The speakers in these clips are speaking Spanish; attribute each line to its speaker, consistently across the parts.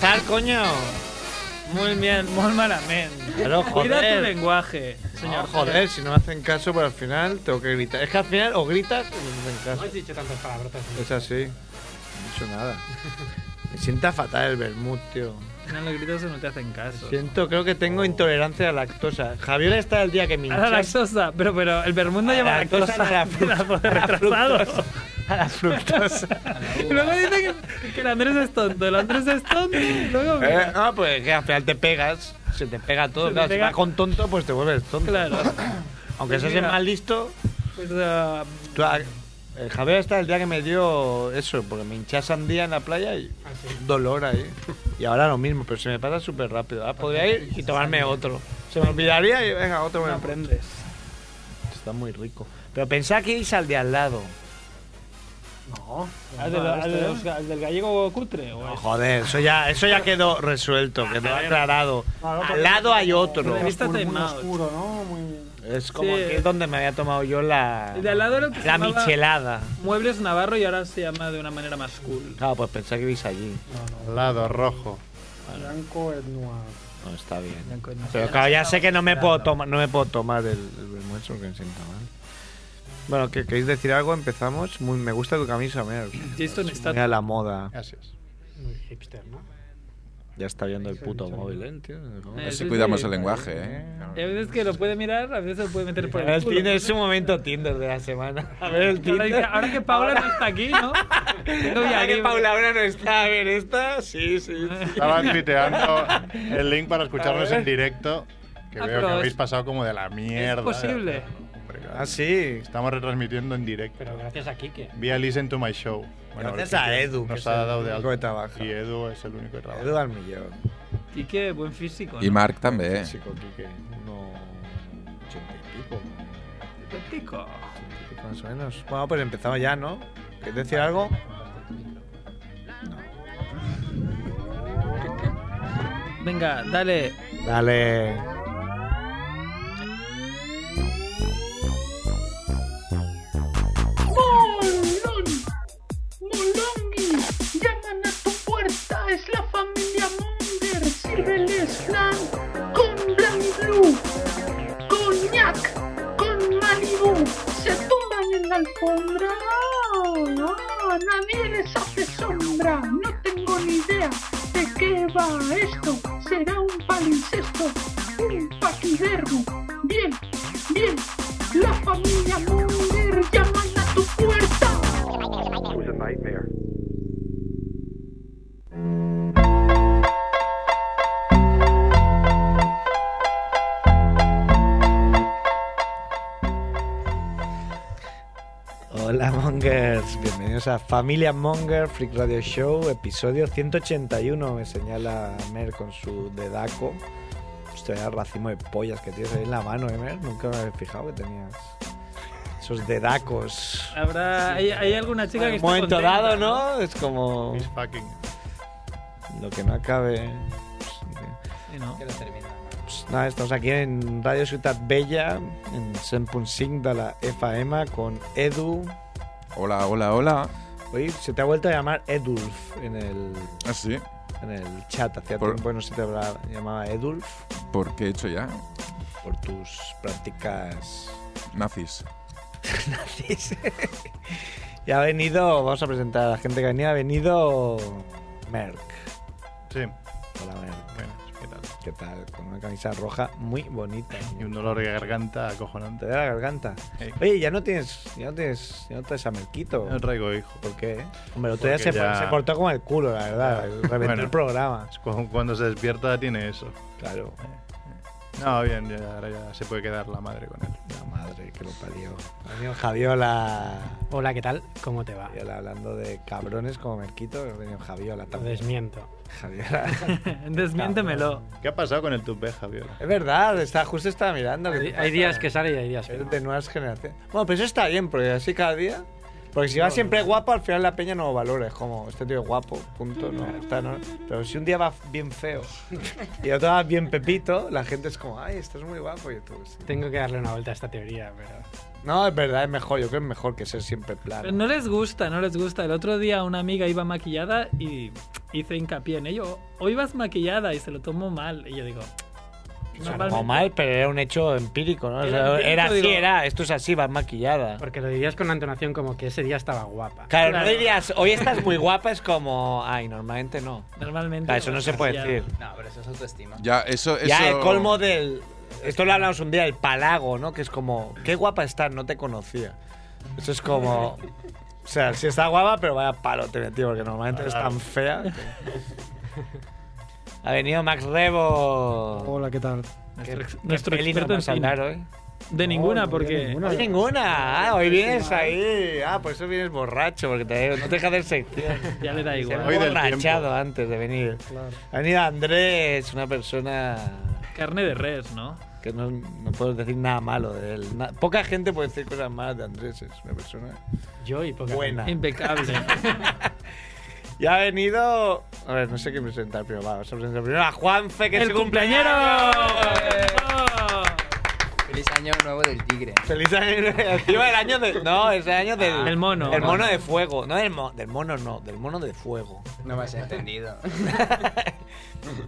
Speaker 1: tal, coño?
Speaker 2: Muy bien, muy malamente.
Speaker 1: Claro,
Speaker 2: Cuida tu
Speaker 1: joder.
Speaker 2: lenguaje, señor.
Speaker 1: No, joder, si no me hacen caso, pero al final tengo que gritar. Es que al final o gritas o no me hacen
Speaker 3: No
Speaker 1: caso.
Speaker 3: has dicho tantas palabras.
Speaker 1: Es así. No he hecho nada. Me sienta fatal el vermut, tío.
Speaker 2: No, los gritos no te hacen caso.
Speaker 1: Siento, creo que tengo intolerancia a la lactosa. Javier está el día que me
Speaker 2: A la
Speaker 1: hinchas.
Speaker 2: lactosa, pero, pero el vermut no
Speaker 1: A la
Speaker 2: lleva
Speaker 1: lactosa, a
Speaker 2: lactosa.
Speaker 1: la fru- a
Speaker 2: la-
Speaker 1: la fructosa.
Speaker 2: retrasado.
Speaker 1: A la fructosa.
Speaker 2: Y luego dicen que, que el Andrés es tonto, el Andrés es tonto. y luego,
Speaker 1: Eh, no, pues que al final te pegas. Se te pega todo.
Speaker 2: Se te
Speaker 1: claro,
Speaker 2: pega-
Speaker 1: Si vas con tonto, pues te vuelves tonto.
Speaker 2: claro.
Speaker 1: Aunque seas el
Speaker 2: Mira.
Speaker 1: más listo.
Speaker 2: Pues, ah,
Speaker 1: tú- ah, el Javier está el día que me dio eso, porque me hinché sandía en la playa y
Speaker 2: Ah,
Speaker 1: dolor ahí. Y ahora lo mismo, pero se me pasa súper rápido. Ah, podría ir y tomarme otro. Se me olvidaría y venga, otro me
Speaker 2: no
Speaker 1: lo
Speaker 2: aprendes.
Speaker 1: pongo. Está muy rico. Pero pensá que irse al de al lado.
Speaker 3: No.
Speaker 2: ¿Al, de- al de los- al del gallego cutre? ¿o
Speaker 1: No,
Speaker 2: es?
Speaker 1: Oh, joder, eso ya, eso ya quedó resuelto, quedó
Speaker 2: Ah,
Speaker 1: aclarado.
Speaker 3: Claro,
Speaker 1: Al lado hay otro.
Speaker 3: Muy
Speaker 2: Revista
Speaker 3: oscuro, muy
Speaker 2: Time Out.
Speaker 3: oscuro, ¿no? Muy...
Speaker 1: Es como
Speaker 2: Sí.
Speaker 1: que es donde me había tomado yo la.
Speaker 2: El de al lado era el que se
Speaker 1: La
Speaker 2: llamaba-
Speaker 1: michelada.
Speaker 2: Muebles Navarro y ahora se llama de una manera más cool.
Speaker 1: Claro, pues pensé que ibais allí.
Speaker 3: No,
Speaker 4: Al lado rojo.
Speaker 3: no. Blanco es noir.
Speaker 1: No, está bien.
Speaker 2: Blanco y negro.
Speaker 1: Pero claro, ya sé que no me puedo tomar, no me puedo tomar el, el vermouth porque me sienta mal. Bueno, ¿que, ¿queréis decir algo? Empezamos. Muy, me gusta tu camisa, Mer.
Speaker 2: Jason está
Speaker 1: Mira la moda.
Speaker 4: Gracias.
Speaker 3: Muy hipster, ¿no?
Speaker 1: Ya está viendo el puto móvil, ¿eh, tío?
Speaker 2: Eh,
Speaker 5: Así
Speaker 2: sí,
Speaker 5: cuidamos
Speaker 2: sí.
Speaker 5: el lenguaje, ¿eh?
Speaker 2: Y a veces que lo puede mirar, a veces lo puede meter por el
Speaker 1: El
Speaker 2: culo.
Speaker 1: Tinder es un momento Tinder de la semana. A ver el
Speaker 2: Ahora que,
Speaker 1: Tinder.
Speaker 2: ahora que Paula no está aquí, ¿no? Tengo
Speaker 1: Ahora
Speaker 2: ya
Speaker 1: que
Speaker 2: libre.
Speaker 1: Paula ahora no está. A ver, esta. Sí, sí. sí.
Speaker 4: Estaba tuiteando el link para escucharnos
Speaker 1: A ver.
Speaker 4: en directo. Que
Speaker 2: Ah,
Speaker 4: veo que
Speaker 2: pero
Speaker 4: habéis
Speaker 2: es-
Speaker 4: pasado como de la mierda.
Speaker 2: Es posible.
Speaker 4: Hombre,
Speaker 1: Ah, sí.
Speaker 4: Estamos retransmitiendo en directo.
Speaker 3: Pero gracias a Kike.
Speaker 4: Vía Listen to My Show.
Speaker 1: Gracias
Speaker 4: porque
Speaker 1: a Edu, que
Speaker 4: Nos
Speaker 1: es
Speaker 4: ha
Speaker 1: el
Speaker 4: dado de
Speaker 1: único
Speaker 4: algo
Speaker 1: que trabaja.
Speaker 4: Y Edu es el único que trabaja.
Speaker 1: Edu al millón.
Speaker 2: Y qué buen físico. ¿no?
Speaker 5: Y Mark también.
Speaker 1: Chico, Quique. Uno. ochenta y pico.
Speaker 2: Auténtico.
Speaker 1: ochenta y pico, Más o menos. Bueno, pues empezamos ya, ¿no? ¿Quieres decir algo?
Speaker 2: Venga, dale.
Speaker 1: Dale.
Speaker 6: ¡Molón! ¡Molongi! ¡Llaman a tu puerta! ¡Es la familia Munger! ¡Sírveles flan con Blanc Blue! ¡Coñac! ¡Con Malibu! ¡Se tumban en la alfombra! ¡Ah! ¡Nadie les hace sombra! ¡No tengo ni idea de qué va esto! ¡Será un palincesto! ¡Un paquidermo! ¡Bien! ¡Bien! ¡La familia Munger llaman a tu puerta!
Speaker 1: Hola Mongers, bienvenidos a Familia Monger Freak Radio Show, episodio 181, me señala Mer con su dedaco. Hostia, vaya racimo de pollas que tienes ahí en la mano, ¿eh, Mer? Nunca me había fijado que tenías esos dedacos.
Speaker 2: Habrá, hay, hay alguna chica
Speaker 1: En un
Speaker 2: que está
Speaker 1: momento
Speaker 2: contenta,
Speaker 1: dado, ¿no? Es como
Speaker 4: Miss fucking.
Speaker 1: lo que no acabe.
Speaker 2: Sí, ¿no?
Speaker 1: Pues nada, estamos aquí en Radio Ciutat Bella, en 100.5 de la FAM con Edu.
Speaker 5: Hola, hola, hola.
Speaker 1: Oye, se te ha vuelto a llamar Edulf en el
Speaker 5: Ah, sí.
Speaker 1: en el chat. Hacía
Speaker 5: Por-
Speaker 1: tiempo que no se te hablaba- llamaba Edulf
Speaker 5: ¿Por qué he hecho ya?
Speaker 1: por tus prácticas
Speaker 5: Nazis.
Speaker 1: nazis. y ha venido, vamos a presentar a la gente que venía, ha venido Merck.
Speaker 4: Sí,
Speaker 1: Hola Merck,
Speaker 4: bueno, ¿qué tal?
Speaker 1: ¿qué tal? Con una camisa roja muy bonita.
Speaker 4: Y un dolor de garganta
Speaker 1: Te
Speaker 4: acojonante.
Speaker 1: da la garganta.
Speaker 4: Ey.
Speaker 1: Oye, ya no tienes, ya no tienes, ya no traes a Merquito.
Speaker 4: No traigo hijo.
Speaker 1: ¿Por qué? Hombre, el otro día se,
Speaker 4: Porque
Speaker 1: fue-
Speaker 4: ya-
Speaker 1: se portó como el culo, la verdad. Reventó
Speaker 4: Bueno.
Speaker 1: el programa.
Speaker 4: Cu- Cuando se despierta tiene eso.
Speaker 1: Claro.
Speaker 4: No, bien, ya, ahora ya se puede quedar la madre con él.
Speaker 1: La madre que lo parió. Ha venido Javiola.
Speaker 3: Hola, ¿qué tal? ¿Cómo te va?
Speaker 1: Y ahora hablando de cabrones como Merquito, he venido Javiola también.
Speaker 4: Pues
Speaker 3: Desmiento.
Speaker 1: Javiola.
Speaker 2: Desmiéntemelo.
Speaker 4: ¿Qué ha pasado con el tupé, Javiola?
Speaker 1: es verdad, está, justo estaba mirando.
Speaker 3: Hay, hay días que sale y hay días que
Speaker 1: Es
Speaker 3: no.
Speaker 1: pues de nuevas generaciones. Bueno, pero eso está bien, porque así cada día. Porque si vas siempre guapo, al final la peña no lo valora. Es como, este tío es guapo, punto. No,
Speaker 2: Mm.
Speaker 1: está, no. Pero si un día vas bien feo y otro vas bien pepito, la gente es como, ay, estás muy guapo. Y tú, sí.
Speaker 3: Tengo que darle una vuelta a esta teoría, pero.
Speaker 1: No, es verdad, es mejor. Yo creo que es mejor que ser siempre plano.
Speaker 2: Pero no les gusta, no les gusta. El otro día una amiga iba maquillada y hice hincapié en ello. Hoy vas maquillada y se lo tomó mal. Y yo digo,
Speaker 1: O sea,
Speaker 2: normalmente-
Speaker 1: no mal, pero era un hecho empírico, ¿no? O
Speaker 2: Era
Speaker 1: sea,
Speaker 2: empírico,
Speaker 1: era así,
Speaker 2: digo.
Speaker 1: era. Esto es así, vas maquillada.
Speaker 3: Porque lo dirías con una entonación como que ese día estaba guapa.
Speaker 1: Claro, no
Speaker 2: Claro.
Speaker 1: dirías, hoy estás muy guapa, es como, ay, normalmente no.
Speaker 2: Normalmente.
Speaker 1: Claro, eso no
Speaker 2: vas
Speaker 1: se puede
Speaker 2: maquillada.
Speaker 1: decir.
Speaker 7: No, pero eso es autoestima.
Speaker 5: Ya, eso, eso.
Speaker 1: Ya el colmo del. Esto lo hablamos un día, el palago, ¿no? Que es como, qué guapa estás, no te conocía. Eso es como. O sea, si está guapa, pero vaya palo te metí, porque normalmente es tan fea. que- Ha venido Max Rebo.
Speaker 8: Hola, ¿qué tal?
Speaker 1: Qué-
Speaker 2: Nuestro ex-
Speaker 1: qué
Speaker 2: nuestro
Speaker 1: peli
Speaker 2: experto
Speaker 1: nos
Speaker 2: en
Speaker 1: vas a
Speaker 2: cine.
Speaker 1: hablar hoy?
Speaker 2: De ninguna, porque.
Speaker 1: No hay ninguna. Ah, hoy vienes ahí. Ah, por eso vienes borracho, porque te, no te deja hacer sección.
Speaker 2: Ya le da
Speaker 1: Se
Speaker 2: igual.
Speaker 1: ha
Speaker 4: Hoy del
Speaker 1: borrachado
Speaker 4: tiempo.
Speaker 1: antes de venir.
Speaker 8: Claro.
Speaker 1: Ha venido Andrés, una persona
Speaker 2: Carne de res, ¿no?
Speaker 1: que no, no puedo decir nada malo de él. Na- poca gente puede decir cosas malas de Andrés, es una persona
Speaker 3: Yo y poca
Speaker 1: buena.
Speaker 2: Impecable.
Speaker 1: Y ha venido. A ver, no sé qué presentar primero. Va, vamos a presentar primero a Juanfe, que es
Speaker 2: ¡El
Speaker 1: su
Speaker 2: cumpleañero!
Speaker 1: cumpleaños.
Speaker 7: Feliz año nuevo del tigre.
Speaker 1: ¡Feliz año! Encima del año de. No, es el año del.
Speaker 2: Del mono.
Speaker 1: El mono de fuego. No del, mo- del mono, no, del mono de fuego.
Speaker 7: No me has entendido.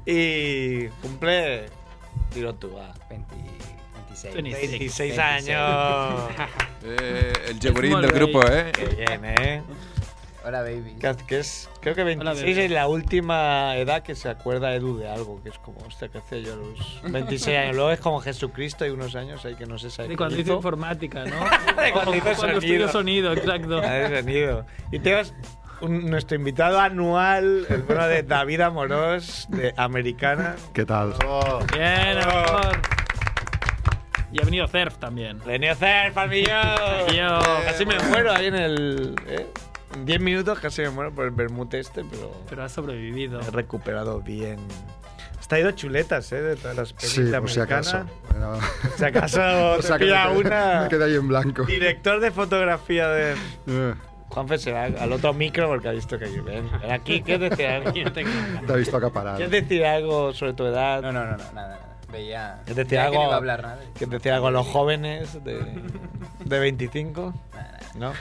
Speaker 1: Y cumple. Tiro tú, va.
Speaker 7: 20 26.
Speaker 2: 26.
Speaker 1: 26 años.
Speaker 5: Eh, el Jegurín
Speaker 2: Es
Speaker 5: del grupo, ¿eh?
Speaker 1: Qué bien, ¿eh?
Speaker 7: Hola, baby.
Speaker 1: Que, que es, creo que
Speaker 2: Hola,
Speaker 1: 26
Speaker 2: bebé.
Speaker 1: es la última edad que se acuerda Edu de algo, que es como, hostia, que hacía yo a los 26 años. Luego es como Jesucristo y unos años ahí que no se sabe.
Speaker 2: De
Speaker 1: qué
Speaker 2: cuando hice
Speaker 1: hizo.
Speaker 2: informática, ¿no?
Speaker 1: De cuando
Speaker 2: O
Speaker 1: hice sonido.
Speaker 2: estudió sonido, exacto.
Speaker 1: Ha desvenido. Y tenemos un- nuestro invitado anual, el bueno de David Amorós, de Americana.
Speaker 4: ¿Qué tal?
Speaker 2: Bien, a
Speaker 1: Oh.
Speaker 2: lo mejor. Y ha venido Cerf también.
Speaker 1: Venido a hacer,
Speaker 2: Yo.
Speaker 1: Casi me muero ahí en el... ¿eh? En 10 minutos casi me muero por el vermut este, pero...
Speaker 2: Pero ha sobrevivido.
Speaker 1: He recuperado bien. Has traído chuletas, ¿eh? De todas las pelis
Speaker 8: Sí,
Speaker 1: de
Speaker 8: por si acaso.
Speaker 1: americana.
Speaker 8: Era-
Speaker 1: Si acaso
Speaker 8: o sea,
Speaker 1: te
Speaker 8: que
Speaker 1: pilla
Speaker 8: me quedé-
Speaker 1: una.
Speaker 8: Me quedé ahí en blanco.
Speaker 1: Director de fotografía de.
Speaker 8: Eh,
Speaker 1: Juanfe se va al otro micro porque ha visto que hay. Ven, ven aquí, ¿quieres decir algo? ¿Quieres
Speaker 8: Te he visto acaparar.
Speaker 1: decir algo sobre tu edad?
Speaker 7: No, no, no, no, nada, nada. Veía.
Speaker 1: ¿Quieres decir
Speaker 7: veía
Speaker 1: algo?
Speaker 7: Que no iba a hablar nada.
Speaker 1: ¿Quieres decir algo a los jóvenes de, de 25?
Speaker 7: Nada, nada.
Speaker 1: ¿No?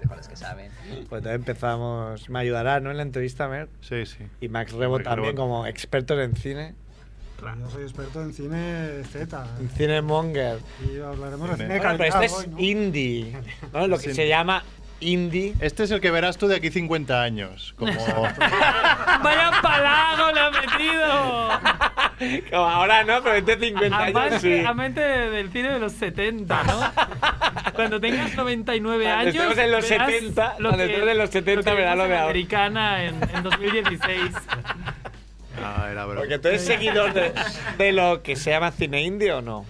Speaker 7: Dejo a los que saben.
Speaker 1: Pues ya empezamos. Me ayudará, ¿no? En la entrevista, Mer.
Speaker 4: Sí, sí.
Speaker 1: Y Max Rebo
Speaker 4: Max
Speaker 1: también,
Speaker 4: Rebo.
Speaker 1: como expertos en cine.
Speaker 8: Yo soy experto en cine Z. ¿eh?
Speaker 1: En cine monger.
Speaker 8: Y hablaremos de cine de
Speaker 1: Claro, pero
Speaker 8: calidad
Speaker 1: este es
Speaker 8: hoy, ¿no?
Speaker 1: indie. ¿no? Lo que
Speaker 4: Sí.
Speaker 1: se llama indie.
Speaker 4: Este es el que verás tú de aquí 50 años. Como...
Speaker 2: ¡Vaya palago le ha metido!
Speaker 1: Como ahora no, pero este 50 años sí.
Speaker 2: Aparte, amante del cine de los 70, ¿no? Cuando tengas 99
Speaker 1: Cuando
Speaker 2: años.
Speaker 1: estemos en los
Speaker 2: verás
Speaker 1: 70,
Speaker 2: lo
Speaker 1: cuando
Speaker 2: que-
Speaker 1: estemos en los 70
Speaker 2: lo que
Speaker 1: verás lo
Speaker 2: vimos
Speaker 1: de
Speaker 2: en
Speaker 1: ahora.
Speaker 2: Americana en, en 2016.
Speaker 4: Ah, era broma.
Speaker 1: Porque tú eres seguidor de, de lo que se llama cine indie o no.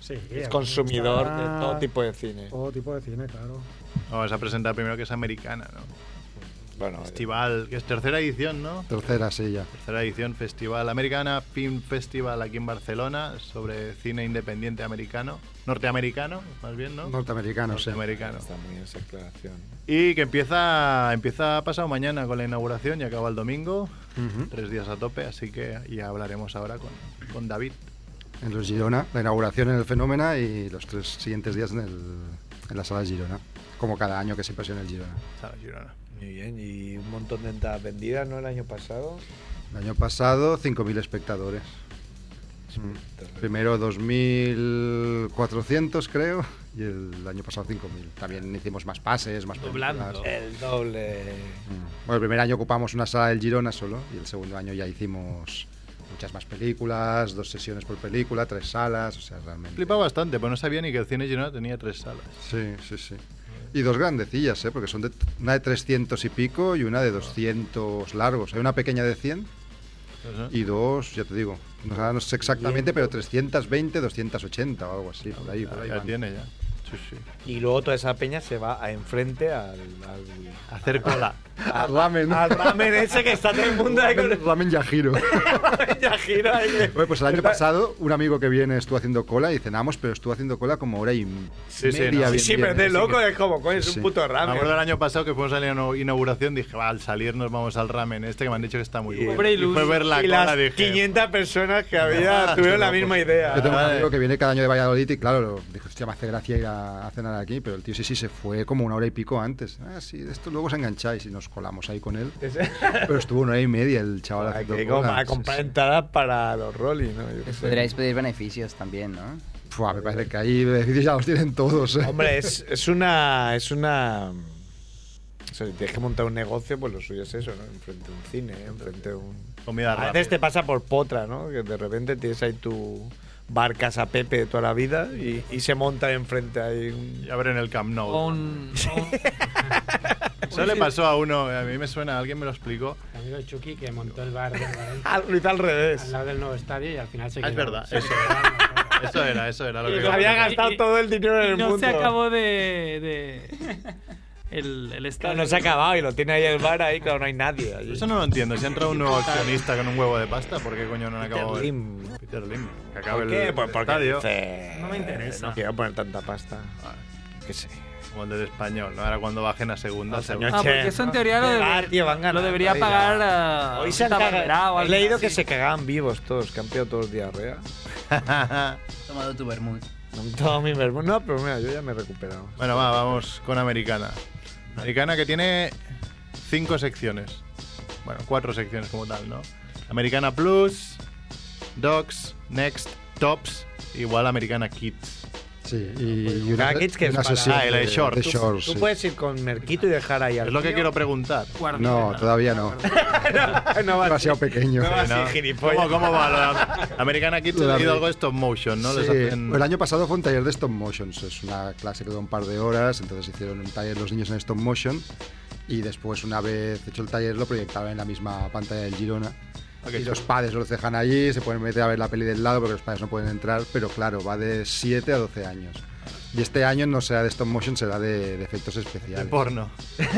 Speaker 8: Sí,
Speaker 1: Es
Speaker 8: me
Speaker 1: consumidor de
Speaker 8: gusta
Speaker 1: todo tipo de cine.
Speaker 8: Todo tipo de cine, claro.
Speaker 4: Vamos a presentar primero que es americana, ¿no? pues,
Speaker 1: Bueno,
Speaker 4: Festival, que es tercera edición, ¿no?
Speaker 8: Tercera silla.
Speaker 4: Tercera edición, Festival Americana Film Festival aquí en Barcelona sobre cine independiente americano, norteamericano, más bien, ¿no?
Speaker 8: Norteamericano, sí.
Speaker 4: Norteamericano.
Speaker 1: está muy bien esa aclaración.
Speaker 4: Y que empieza, empieza pasado mañana con la inauguración y acaba el domingo.
Speaker 8: Ujú.
Speaker 4: Tres días a tope, así que ya hablaremos ahora con, con David.
Speaker 8: En los Girona, la inauguración en el Fenómena y los tres siguientes días en, el, en la sala Girona. Como cada año que siempre ha sido en el Girona.
Speaker 4: Sala Girona.
Speaker 1: Muy bien, y un montón de entradas vendidas, ¿no? El año pasado.
Speaker 8: El año pasado, 5.000 espectadores. Mm. Primero 2.400, creo, y el año pasado 5.000. También hicimos más pases, más
Speaker 2: Doblando.
Speaker 8: películas.
Speaker 1: El doble.
Speaker 8: Mm. Bueno, el primer año ocupamos una sala del Girona solo, y el segundo año ya hicimos muchas más películas, dos sesiones por película, tres salas, o sea, realmente...
Speaker 4: Flipa bastante, pues no sabía ni que el cine Girona tenía tres salas.
Speaker 8: Sí, sí, sí. Y dos grandecillas, ¿eh? porque son de, una de 300 y pico y una de 200 largos. Hay una pequeña de 100
Speaker 4: Pues, ¿no?
Speaker 8: y dos, ya te digo, no, sé- no sé exactamente, pero 320, 280 o algo así, por ahí, por ahí
Speaker 4: ya
Speaker 8: van.
Speaker 4: tiene ya. Sí, sí.
Speaker 1: Y luego toda esa peña se va a enfrente al, al,
Speaker 4: Hacer cola.
Speaker 8: Al ramen.
Speaker 1: al ramen ese que está todo el mundo ahí con el
Speaker 8: Ramen Yajiro.
Speaker 1: ramen Yajiro ahí.
Speaker 8: Oye, pues el año pasado, un amigo que viene estuvo haciendo cola y cenamos, pero estuvo haciendo cola como hora y
Speaker 4: Sí, sí,
Speaker 8: media.
Speaker 4: no,
Speaker 8: bien,
Speaker 1: Sí, sí,
Speaker 8: bien,
Speaker 1: pero es de
Speaker 8: así
Speaker 1: loco,
Speaker 8: que-
Speaker 1: es como, coño, es
Speaker 8: Sí, sí.
Speaker 1: un puto
Speaker 4: Me acuerdo
Speaker 1: ramen.
Speaker 4: del año pasado que fuimos a la ino- inauguración, dije, va, al salir nos vamos al ramen este que me han dicho que está muy bueno.
Speaker 2: Pobre
Speaker 4: y fue
Speaker 2: Luz.
Speaker 4: ver la
Speaker 1: y
Speaker 4: cola,
Speaker 1: las
Speaker 4: dije,
Speaker 1: 500 personas que había
Speaker 4: Ah,
Speaker 1: tuvieron
Speaker 4: sí,
Speaker 1: la
Speaker 4: no,
Speaker 1: misma
Speaker 4: pues,
Speaker 1: idea.
Speaker 8: Yo tengo un
Speaker 4: Vale.
Speaker 8: amigo que viene cada año de Valladolid y claro, lo- dijo, hostia, me hace gracia ir a, a cenar aquí, pero el tío sí, sí, se fue como una hora y pico antes. Ah, sí, de esto luego os engancháis y nos colamos ahí con él. Pero estuvo una hora y media el chaval
Speaker 1: Hay
Speaker 8: haciendo
Speaker 1: que com-
Speaker 8: cola.
Speaker 1: a comprar entradas para los rolling, ¿no? Yo qué sé.
Speaker 7: Podríais pedir beneficios también, ¿no?
Speaker 8: Fua, me parece que ahí beneficios ya los tienen todos. ¿eh?
Speaker 1: Hombre, es, es una. Es una. O sea, si tienes que montar un negocio, pues lo suyo es eso, ¿no? Enfrente de un cine, ¿eh? enfrente de un.
Speaker 4: Comida
Speaker 1: A
Speaker 4: rápida.
Speaker 1: veces te pasa por potra, ¿no? Que de repente tienes ahí tu bar Casa Pepe de toda la vida y, y se monta enfrente ahí. un-
Speaker 4: Y abren el Camp Nou.
Speaker 2: O un- o un-
Speaker 4: Eso le pasó a uno, a mí me suena, alguien me lo explicó.
Speaker 3: El amigo de Chucky que montó el bar de Valencia
Speaker 1: Ah, lo hizo al
Speaker 3: al
Speaker 1: revés.
Speaker 3: lado del nuevo estadio y al final se
Speaker 4: Ah,
Speaker 3: quedó.
Speaker 4: es verdad,
Speaker 3: se
Speaker 4: eso.
Speaker 3: quedaron, ¿no?
Speaker 4: Eso era, eso era lo
Speaker 2: Y
Speaker 4: que
Speaker 2: lo
Speaker 1: Había gastado
Speaker 2: Y- y-
Speaker 1: todo el dinero en
Speaker 2: Y
Speaker 1: el
Speaker 2: no
Speaker 1: mundo.
Speaker 2: se acabó de. de el, el
Speaker 1: Claro,
Speaker 2: estadio.
Speaker 1: no se ha acabado y lo tiene ahí el bar ahí, claro, no hay nadie. allí.
Speaker 4: Eso no lo entiendo. Si ha entrado un nuevo accionista con un huevo de pasta, ¿por qué coño no han acabado? el-
Speaker 1: Lim.
Speaker 4: Peter Lim. Que acabe
Speaker 1: ¿Por qué?
Speaker 4: eh. el
Speaker 1: Pues porque
Speaker 4: estadio.
Speaker 1: dice,
Speaker 2: No me interesa.
Speaker 1: No quiero poner tanta pasta. Qué sé.
Speaker 4: Como el del español, ¿no? Ahora cuando bajen a segunda,
Speaker 1: No,
Speaker 4: se-
Speaker 1: señor.
Speaker 2: Ah, porque eso en teoría lo,
Speaker 1: Qué
Speaker 2: debe-
Speaker 1: va, tío, van ganando
Speaker 2: lo debería
Speaker 1: ahí,
Speaker 2: pagar a.
Speaker 1: Hoy se han
Speaker 2: Tabarera o
Speaker 1: cagado. He
Speaker 2: alguien
Speaker 1: leído que
Speaker 2: así.
Speaker 1: se cagaban vivos todos, que han pillado todos diarrea.
Speaker 7: Tomado tu vermut.
Speaker 1: Todo mi verbo. No, pero mira, yo ya me he recuperado.
Speaker 4: Bueno, va, vamos con Americana. Americana que tiene cinco secciones. Bueno, cuatro secciones como tal, ¿no? Americana Plus, Docs, Next, Tops, igual Americana Kids.
Speaker 8: Sí, y, y una,
Speaker 1: Cada kids que
Speaker 8: y una
Speaker 1: es para-
Speaker 8: sesión
Speaker 4: Ah, y la de
Speaker 8: de,
Speaker 4: shorts.
Speaker 8: de
Speaker 4: Tú-
Speaker 8: shorts,
Speaker 1: Tú
Speaker 8: sí.
Speaker 1: puedes ir con Merquito y dejar ahí al
Speaker 4: Es lo que
Speaker 1: tío.
Speaker 4: quiero preguntar.
Speaker 2: Guardia,
Speaker 8: No,
Speaker 2: nada.
Speaker 8: todavía no.
Speaker 1: no va
Speaker 8: Demasiado pequeño.
Speaker 1: No va
Speaker 4: ¿no?
Speaker 1: así, gilipollas.
Speaker 4: ¿Cómo, cómo va? lo de Americana Kids
Speaker 8: Lo de
Speaker 4: ha sido
Speaker 8: Ameri-
Speaker 4: algo de stop motion, ¿no? Les
Speaker 8: Sí,
Speaker 4: hacen-
Speaker 8: El año pasado fue un taller de stop motion. Es una clase que duró un par de horas. Entonces hicieron un taller los niños en stop motion. Y después, una vez hecho el taller, lo proyectaban en la misma pantalla del Girona.
Speaker 4: Ah, qué
Speaker 8: y los
Speaker 4: chulo.
Speaker 8: padres los dejan allí, se pueden meter a ver la peli del lado porque los padres no pueden entrar. Pero claro, va de 7 a 12 años. Y este año no será de stop motion, será de, de efectos
Speaker 4: de
Speaker 8: especiales.
Speaker 4: porno.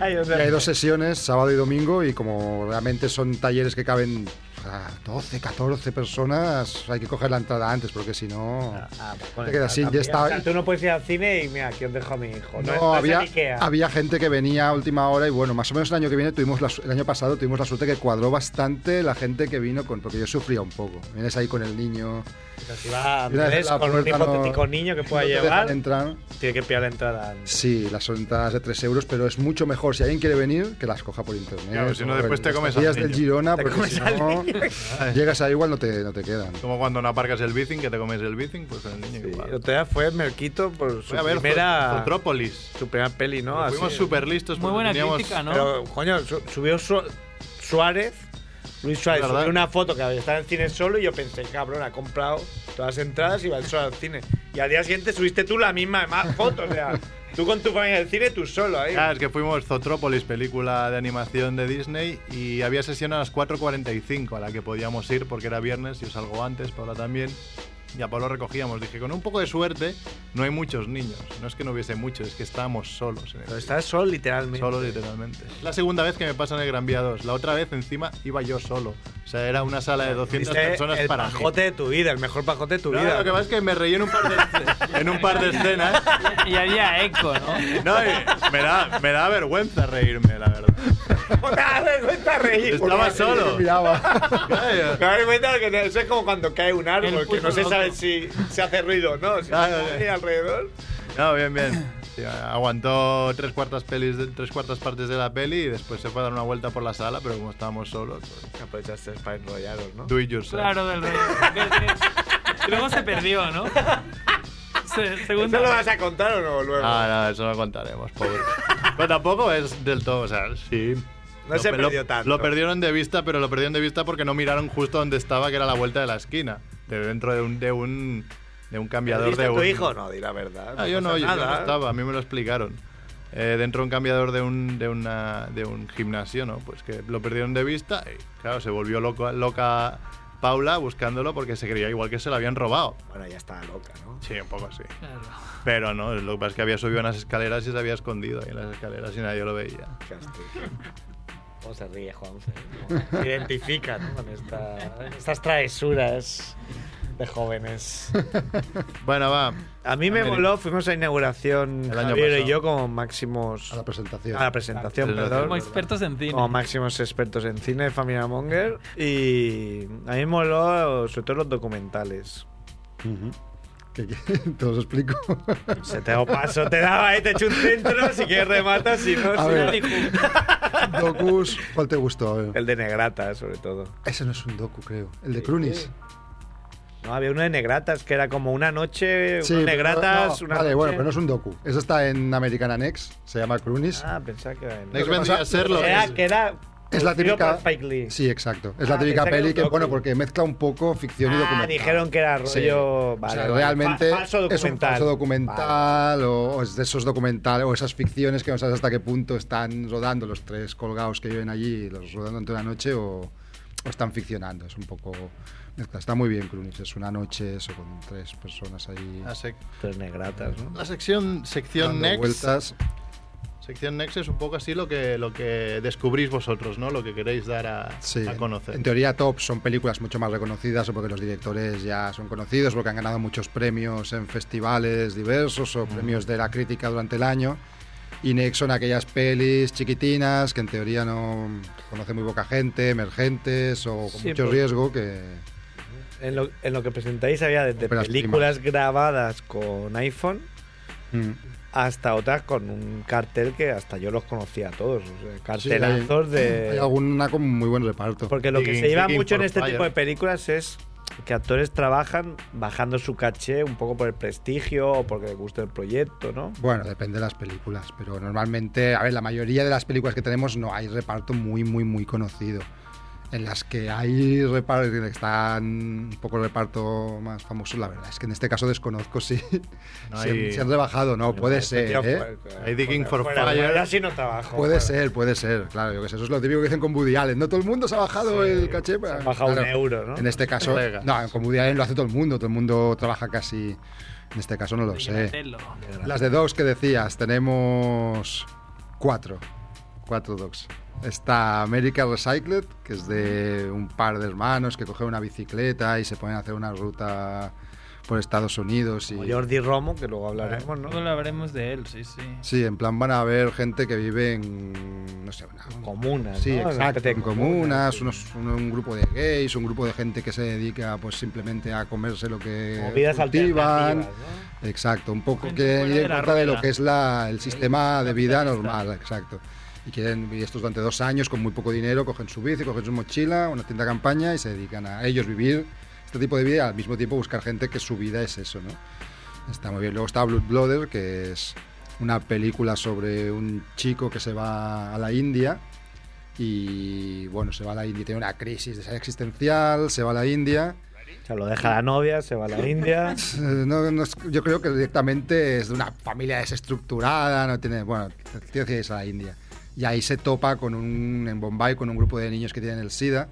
Speaker 1: Ay, o sea,
Speaker 8: Y hay dos sesiones, sábado y domingo, y como realmente son talleres que caben ah, 12, 14 personas, hay que coger la entrada antes, porque si no...
Speaker 1: Ah, pues con
Speaker 8: Te
Speaker 1: el
Speaker 8: quedas sin,
Speaker 1: también.
Speaker 8: ya está.
Speaker 1: O sea, tú no puedes ir al cine y mira, aquí os dejo a mi hijo. No,
Speaker 8: No,
Speaker 1: es- no es
Speaker 8: había,
Speaker 1: el Ikea.
Speaker 8: había gente que venía a última hora y bueno, más o menos el año que viene tuvimos la su- el año pasado tuvimos la suerte que cuadró bastante la gente que vino con porque yo sufría un poco. Vienes ahí con el niño,
Speaker 1: Pero si va
Speaker 8: Mira,
Speaker 1: Andrés
Speaker 8: la
Speaker 1: con un
Speaker 8: puerta no-
Speaker 1: hipotético niño que pueda
Speaker 8: no te dejan
Speaker 1: llevar,
Speaker 8: entrar.
Speaker 1: tiene que pillar la entrada. antes.
Speaker 8: Sí, las son entradas de 3 euros, pero es mucho mejor si alguien quiere venir que las coja por internet.
Speaker 4: Claro, si no,
Speaker 8: o
Speaker 4: después
Speaker 8: en
Speaker 4: te
Speaker 8: las
Speaker 4: comes
Speaker 8: taquillas
Speaker 4: al
Speaker 8: del
Speaker 4: niño.
Speaker 8: Girona,
Speaker 1: Te
Speaker 8: porque
Speaker 1: comes
Speaker 8: si
Speaker 1: al
Speaker 8: no llegas ahí igual no te, no te quedan.
Speaker 4: Como cuando no aparcas el bicing, que te comes el bicing, pues con el niño
Speaker 1: Sí,
Speaker 4: igual.
Speaker 1: el otro día fue Merquito por su
Speaker 4: Voy a ver
Speaker 1: primera. Ah,
Speaker 4: Zotrópolis.
Speaker 1: su primera peli, ¿no? Así.
Speaker 4: Fuimos súper listos
Speaker 2: Muy
Speaker 4: porque
Speaker 2: buena
Speaker 4: teníamos-
Speaker 2: crítica, ¿no?
Speaker 1: Pero, coño, su- subió Su- Suárez, Luis Suárez,
Speaker 4: ¿Verdad?
Speaker 1: subió una foto que estaba en el cine solo y yo pensé, cabrón, ha comprado todas las entradas y va el solo al cine. Y al día siguiente subiste tú la misma más foto, o sea, tú con tu familia en el cine, tú solo ahí.
Speaker 4: Ah, es que fuimos Zotrópolis, película de animación de Disney, y había sesión a las 4.45 a la que podíamos ir porque era viernes, yo salgo antes, Paula también. Y a Pablo recogíamos. Dije, con un poco de suerte, no hay muchos niños. No es que no hubiese muchos, es que estábamos solos. en el
Speaker 1: Pero estás solo, literalmente.
Speaker 4: Solo, literalmente. Es La segunda vez que me pasa en el Gran Vía 2. La otra vez, encima, iba yo solo. O sea, era una sala de 200
Speaker 1: Viste
Speaker 4: personas
Speaker 1: el
Speaker 4: para mí.
Speaker 1: pajote de tu vida, el mejor pajote de tu
Speaker 4: No,
Speaker 1: vida.
Speaker 4: Lo que pasa es que me reí en un par de, en un par de escenas.
Speaker 2: Y había eco, ¿no?
Speaker 4: No, y me da, me da vergüenza reírme, la verdad.
Speaker 1: No te das vergüenza reír.
Speaker 4: Estaba solo.
Speaker 8: Miraba.
Speaker 1: Me doy
Speaker 4: Claro,
Speaker 1: cuenta que no- eso es como cuando cae un árbol,
Speaker 2: El
Speaker 1: que no
Speaker 2: puto
Speaker 1: se sabe
Speaker 2: loco.
Speaker 1: si se hace ruido o no, si
Speaker 4: Ah,
Speaker 1: no
Speaker 4: ya,
Speaker 1: hay
Speaker 4: ya.
Speaker 1: alrededor.
Speaker 4: No, bien, bien. Sí, aguantó tres cuartas, pelis de- tres cuartas partes de la peli y después se fue a dar una vuelta por la sala, pero como estábamos solos, pues,
Speaker 1: Aprovechaste para enrollaros, ¿no?
Speaker 4: do it yourself.
Speaker 2: Claro, del rey. Y luego se perdió, ¿no? Se,
Speaker 1: ¿Eso
Speaker 2: segunda
Speaker 1: lo
Speaker 2: vez.
Speaker 1: vas a contar o no luego?
Speaker 4: Ah, no, eso lo contaremos, pobre. Pero tampoco es del todo, o sea, sí.
Speaker 1: No se perdió tanto.
Speaker 4: Lo perdieron de vista, pero lo perdieron de vista porque no miraron justo donde estaba, que era la vuelta de la esquina. De dentro de un, de un, de un cambiador
Speaker 1: ¿Viste
Speaker 4: de
Speaker 1: a tu
Speaker 4: un-
Speaker 1: hijo? No, di la verdad.
Speaker 4: Ah,
Speaker 1: no
Speaker 4: yo no,
Speaker 1: pasa
Speaker 4: yo
Speaker 1: nada.
Speaker 4: no estaba, a mí me lo explicaron. Eh, dentro de un cambiador de un, de, una, de un gimnasio, ¿no? Pues que lo perdieron de vista y, claro, se volvió loco, loca Paula buscándolo porque se creía igual que se lo habían robado.
Speaker 1: Bueno, ya estaba loca, ¿no?
Speaker 4: Sí, un poco así.
Speaker 2: Claro.
Speaker 4: Pero no, lo que pasa es que había subido unas escaleras y se había escondido ahí en las escaleras y nadie lo veía.
Speaker 1: Qué astuto. ¿Cómo se ríe, Juan? Se identifica ¿no? con esta- estas travesuras de jóvenes.
Speaker 4: Bueno, va.
Speaker 1: A mí me
Speaker 4: América.
Speaker 1: moló, fuimos a inauguración
Speaker 4: El año
Speaker 1: Javier y
Speaker 4: pasado.
Speaker 1: yo como máximos
Speaker 8: A la presentación.
Speaker 1: a la presentación,
Speaker 4: Presentación.
Speaker 1: perdón.
Speaker 2: Como expertos en cine.
Speaker 1: como máximos expertos en cine de Familia Monger y a mí me moló sobre todo los documentales.
Speaker 8: Ujú. ¿Qué- qué? Te los explico.
Speaker 1: Se te hago paso, te daba, eh, te echo un centro, si quieres rematas, si no,
Speaker 8: A
Speaker 1: si
Speaker 8: ver.
Speaker 1: no, digo-
Speaker 8: Docus, ¿cuál te gustó? A ver.
Speaker 1: El de Negrata, sobre todo.
Speaker 8: Ese no es un docu, creo. El de Clunis.
Speaker 1: No, había uno de Negratas que era como una noche, unos
Speaker 8: pero
Speaker 1: Negratas,
Speaker 8: no,
Speaker 1: una
Speaker 8: Vale,
Speaker 1: noche.
Speaker 8: bueno, pero no es un docu. Eso está en Americana Next, se llama Clunis.
Speaker 1: Ah, pensaba que era en-
Speaker 4: Next
Speaker 8: que
Speaker 4: vendría
Speaker 8: pasa-
Speaker 4: a ser lo que
Speaker 1: Era-
Speaker 4: es.
Speaker 1: que era
Speaker 8: Es la
Speaker 1: producido
Speaker 8: típica.
Speaker 1: por Spike Lee.
Speaker 8: Sí, exacto. Es
Speaker 1: Ah,
Speaker 8: la típica
Speaker 1: pensaba que era
Speaker 8: peli
Speaker 1: un
Speaker 8: que,
Speaker 1: docu.
Speaker 8: bueno, porque mezcla un poco ficción y
Speaker 1: Ah,
Speaker 8: documental.
Speaker 1: dijeron que era rollo.
Speaker 8: Sí.
Speaker 1: Vale,
Speaker 8: O sea,
Speaker 1: vale.
Speaker 8: realmente
Speaker 1: Fa- falso
Speaker 8: es un
Speaker 1: documental.
Speaker 8: falso documental o, o es de esos documentales o esas ficciones que no sabes hasta qué punto están rodando los tres colgados que viven allí, los rodando en toda la noche o, o están ficcionando. Es un poco mezcla. Está muy bien, Clunis. Es una noche eso con tres personas ahí
Speaker 4: La, sec-
Speaker 1: Tres Negratas, ¿no?
Speaker 4: la sección, sección
Speaker 8: dando
Speaker 4: Next.
Speaker 8: vueltas.
Speaker 4: Sección Next es un poco así lo que, lo que descubrís vosotros, ¿no? Lo que queréis dar a,
Speaker 8: Sí,
Speaker 4: a conocer.
Speaker 8: En teoría, top son películas mucho más reconocidas o porque los directores ya son conocidos, porque han ganado muchos premios en festivales diversos
Speaker 1: Mm.
Speaker 8: o premios de la crítica durante el año. Y Next son aquellas pelis chiquitinas que en teoría no conoce muy poca gente, emergentes o con
Speaker 1: Sí,
Speaker 8: mucho
Speaker 1: pues-
Speaker 8: riesgo que
Speaker 1: En lo, en lo que presentáis había desde
Speaker 8: Óperas
Speaker 1: películas grabadas con iPhone
Speaker 8: Mm.
Speaker 1: hasta otras con un cartel que hasta yo los conocía a todos. o sea,
Speaker 8: Sí,
Speaker 1: cartelazos
Speaker 8: hay-
Speaker 1: de.
Speaker 8: hay alguna con muy buen reparto.
Speaker 1: Porque lo que
Speaker 4: Digging-
Speaker 1: se lleva
Speaker 4: digging
Speaker 1: mucho en
Speaker 4: for
Speaker 1: este
Speaker 4: fire.
Speaker 1: tipo de películas es que actores trabajan bajando su caché un poco por el prestigio o porque les gusta el proyecto, ¿no?
Speaker 8: Bueno, depende de las películas, pero normalmente, a ver, la mayoría de las películas que tenemos no hay reparto muy, muy, muy conocido. En las que hay reparto, que están un poco el reparto más famoso, la verdad es que en este caso desconozco si,
Speaker 4: No
Speaker 8: si
Speaker 4: hay-
Speaker 8: han- si han rebajado, no, puede ser,
Speaker 1: Este Tío,
Speaker 8: ¿eh?
Speaker 1: fuera-
Speaker 4: Hay Digging
Speaker 1: fuera-
Speaker 4: for
Speaker 1: fuera,
Speaker 4: Fire.
Speaker 1: fuera, así no trabajo.
Speaker 8: Puede
Speaker 1: fuera.
Speaker 8: ser, puede ser, claro, yo que sé, eso es lo típico que dicen con Woody Allen, no todo el mundo se ha bajado el caché,
Speaker 1: Se
Speaker 8: pero-
Speaker 1: han bajado un
Speaker 8: claro.
Speaker 1: euro, ¿no? Pues,
Speaker 8: En este caso,
Speaker 4: Venga.
Speaker 8: no, con Woody Allen lo hace todo el mundo, todo el mundo trabaja casi, en este caso no lo sé.
Speaker 2: Donatello.
Speaker 8: Las de dogs que decías, tenemos cuatro. Cuatro dogs. Está America Recycled, que es de un par de hermanos que cogen una bicicleta y se ponen a hacer una ruta por Estados Unidos. Y,
Speaker 1: Como Jordi Romo, que luego hablaremos, ¿no?
Speaker 2: Luego hablaremos de él, sí, sí.
Speaker 8: sí, en plan van a ver gente que vive en. No sé, una,
Speaker 1: Comunas,
Speaker 8: Sí,
Speaker 1: Ah, ¿no?
Speaker 8: exacto.
Speaker 1: Especie
Speaker 8: En
Speaker 1: de
Speaker 8: comunas,
Speaker 1: sí.
Speaker 8: unos- un, un grupo de gays, un grupo de gente que se dedica pues simplemente a comerse lo que
Speaker 1: Como vidas
Speaker 8: eh, cultivan.
Speaker 1: alternativas, ¿no?
Speaker 8: Exacto, un poco
Speaker 2: Gente
Speaker 8: que
Speaker 2: fuera
Speaker 8: ir
Speaker 2: de
Speaker 8: en
Speaker 2: la
Speaker 8: contra de lo
Speaker 2: rueda.
Speaker 8: que es la, el sistema de vida
Speaker 2: capitalista.
Speaker 8: normal, exacto. Y quieren vivir estos durante dos años con muy poco dinero, cogen su bici, cogen su mochila, una tienda de campaña y se dedican a ellos vivir este tipo de vida y al mismo tiempo buscar gente que su vida es eso, ¿no? Está muy bien. Luego está Blood Blooder, que es una película sobre un chico que se va a la India y, bueno, se va a la India, tiene una crisis existencial, se va a la India.
Speaker 1: O sea, lo deja la novia, se va a la India.
Speaker 8: Eh, no- no es- yo creo que directamente es de una familia desestructurada, no tiene, bueno, tío que es a la India. Y ahí se topa con un, en Bombay con un grupo de niños que tienen el SIDA,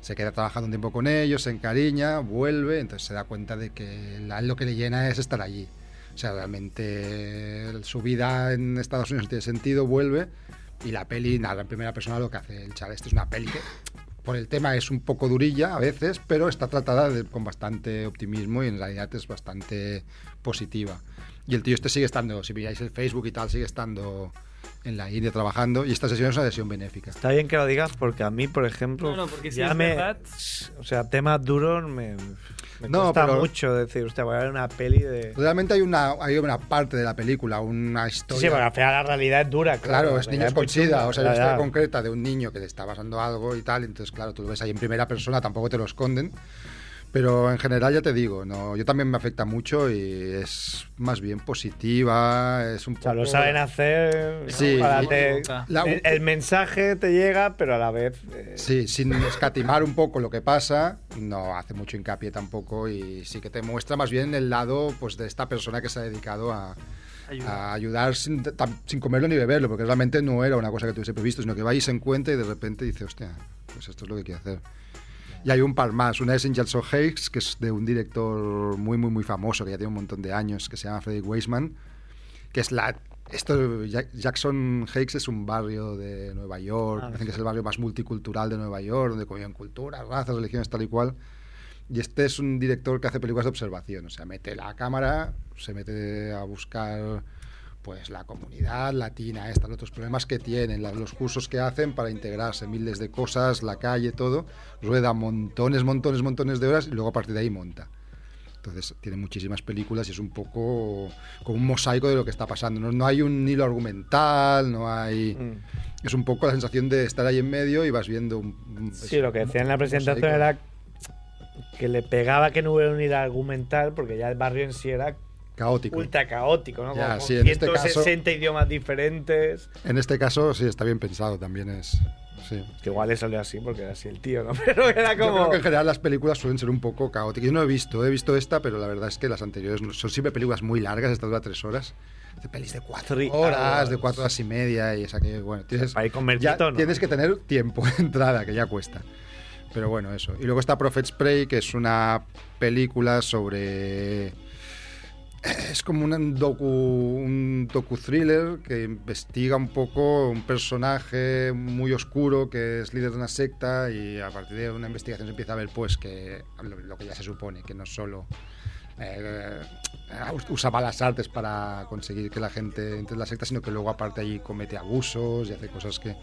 Speaker 8: se queda trabajando un tiempo con ellos, se encariña, vuelve, entonces se da cuenta de que a él lo que le llena es estar allí. O sea, realmente el- su vida en Estados Unidos no tiene sentido, vuelve y la peli nada en primera persona lo que hace el chaval. Esto es una peli que por el tema es un poco durilla a veces, pero está tratada de- con bastante optimismo y en realidad es bastante positiva. Y el tío este sigue estando, si miráis el Facebook y tal, sigue estando en la India trabajando y esta sesión es una sesión benéfica.
Speaker 1: Está bien que lo digas porque a mí, por ejemplo,
Speaker 2: No, no, porque si
Speaker 1: ya
Speaker 2: es
Speaker 1: me-
Speaker 2: verdad-
Speaker 1: o sea, temas duros me, me
Speaker 8: No,
Speaker 1: cuesta
Speaker 8: pero-
Speaker 1: mucho decir, usted voy a ver una peli de...
Speaker 8: Realmente hay una, hay una parte de la película, una
Speaker 1: Sí,
Speaker 8: historia...
Speaker 1: sí, porque al final la realidad es dura.
Speaker 8: Claro,
Speaker 1: la
Speaker 8: es
Speaker 1: realidad
Speaker 8: niños con
Speaker 1: muy chunga,
Speaker 8: sida, o sea, hay
Speaker 1: ya,
Speaker 8: una historia
Speaker 1: ya.
Speaker 8: concreta de un niño que le está pasando algo y tal, entonces claro, tú lo ves ahí en primera persona, tampoco te lo esconden. Pero en general ya te digo, no, yo también me afecta mucho y es más bien positiva, es un
Speaker 1: O
Speaker 8: poco
Speaker 1: sea, lo saben hacer.
Speaker 8: Sí.
Speaker 1: para te-
Speaker 8: La-
Speaker 1: el, el mensaje te llega, pero a la vez. eh,
Speaker 8: Sí, sin escatimar un poco lo que pasa, no hace mucho hincapié tampoco y sí que te muestra más bien el lado pues de esta persona que se ha dedicado a, a ayudar sin, tam- sin comerlo ni beberlo, porque realmente no era una cosa que tuviese previsto, sino que va y se encuentra y de repente dice, hostia, pues esto es lo que quiero hacer. Y hay un par más. Una es Angels of Hades, que es de un director muy, muy, muy famoso, que ya tiene un montón de años, que se llama Frederick Weisman, que es la... Esto, Ja- Jackson Heights es un barrio de Nueva York,
Speaker 1: Ah,
Speaker 8: dicen que es el barrio más multicultural de Nueva York, donde conviven culturas, razas, religiones, tal y cual. Y este es un director que hace películas de observación, o sea, mete la cámara, se mete a buscar pues la comunidad latina, esta, los otros problemas que tienen, la- los cursos que hacen para integrarse, miles de cosas, la calle, todo, rueda montones, montones, montones de horas y luego a partir de ahí monta. Entonces tiene muchísimas películas y es un poco como un mosaico de lo que está pasando. No, no hay un hilo argumental, no hay...
Speaker 1: Mm.
Speaker 8: Es un poco la sensación de estar ahí en medio y vas viendo un... un-
Speaker 1: Sí, lo que decía en la
Speaker 8: un
Speaker 1: presentación
Speaker 8: mosaico.
Speaker 1: era que le pegaba que no hubiera un hilo argumental porque ya el barrio en sí era
Speaker 8: caótico.
Speaker 1: ultra caótico, ¿no?
Speaker 8: Ya,
Speaker 1: Como con
Speaker 8: sí, en este
Speaker 1: 160 idiomas diferentes.
Speaker 8: En este caso sí está bien pensado, también es... Sí.
Speaker 1: Que igual le salió así porque era así el tío, ¿no? Pero era
Speaker 8: Yo
Speaker 1: como...
Speaker 8: creo que en general las películas suelen ser un poco caóticas. Yo no he visto, he visto esta, pero la verdad es que las anteriores no- son siempre películas muy largas, esta dura tres horas. De pelis de cuatro
Speaker 1: Three
Speaker 8: horas, de
Speaker 1: hours.
Speaker 8: cuatro horas y media, y es aquello, bueno, tienes,
Speaker 1: Para ir con
Speaker 8: ya
Speaker 1: merquito, ¿no?
Speaker 8: tienes que tener tiempo de entrada, que ya cuesta. Pero bueno, eso. Y luego está Prophet Spray, que es una película sobre... Es como un docu, un docu thriller que investiga un poco un personaje muy oscuro que es líder de una secta y a partir de una investigación se empieza a ver pues que lo, lo que ya se supone, que no solo eh, usa malas artes para conseguir que la gente entre en la secta, sino que luego aparte allí comete abusos y hace cosas que...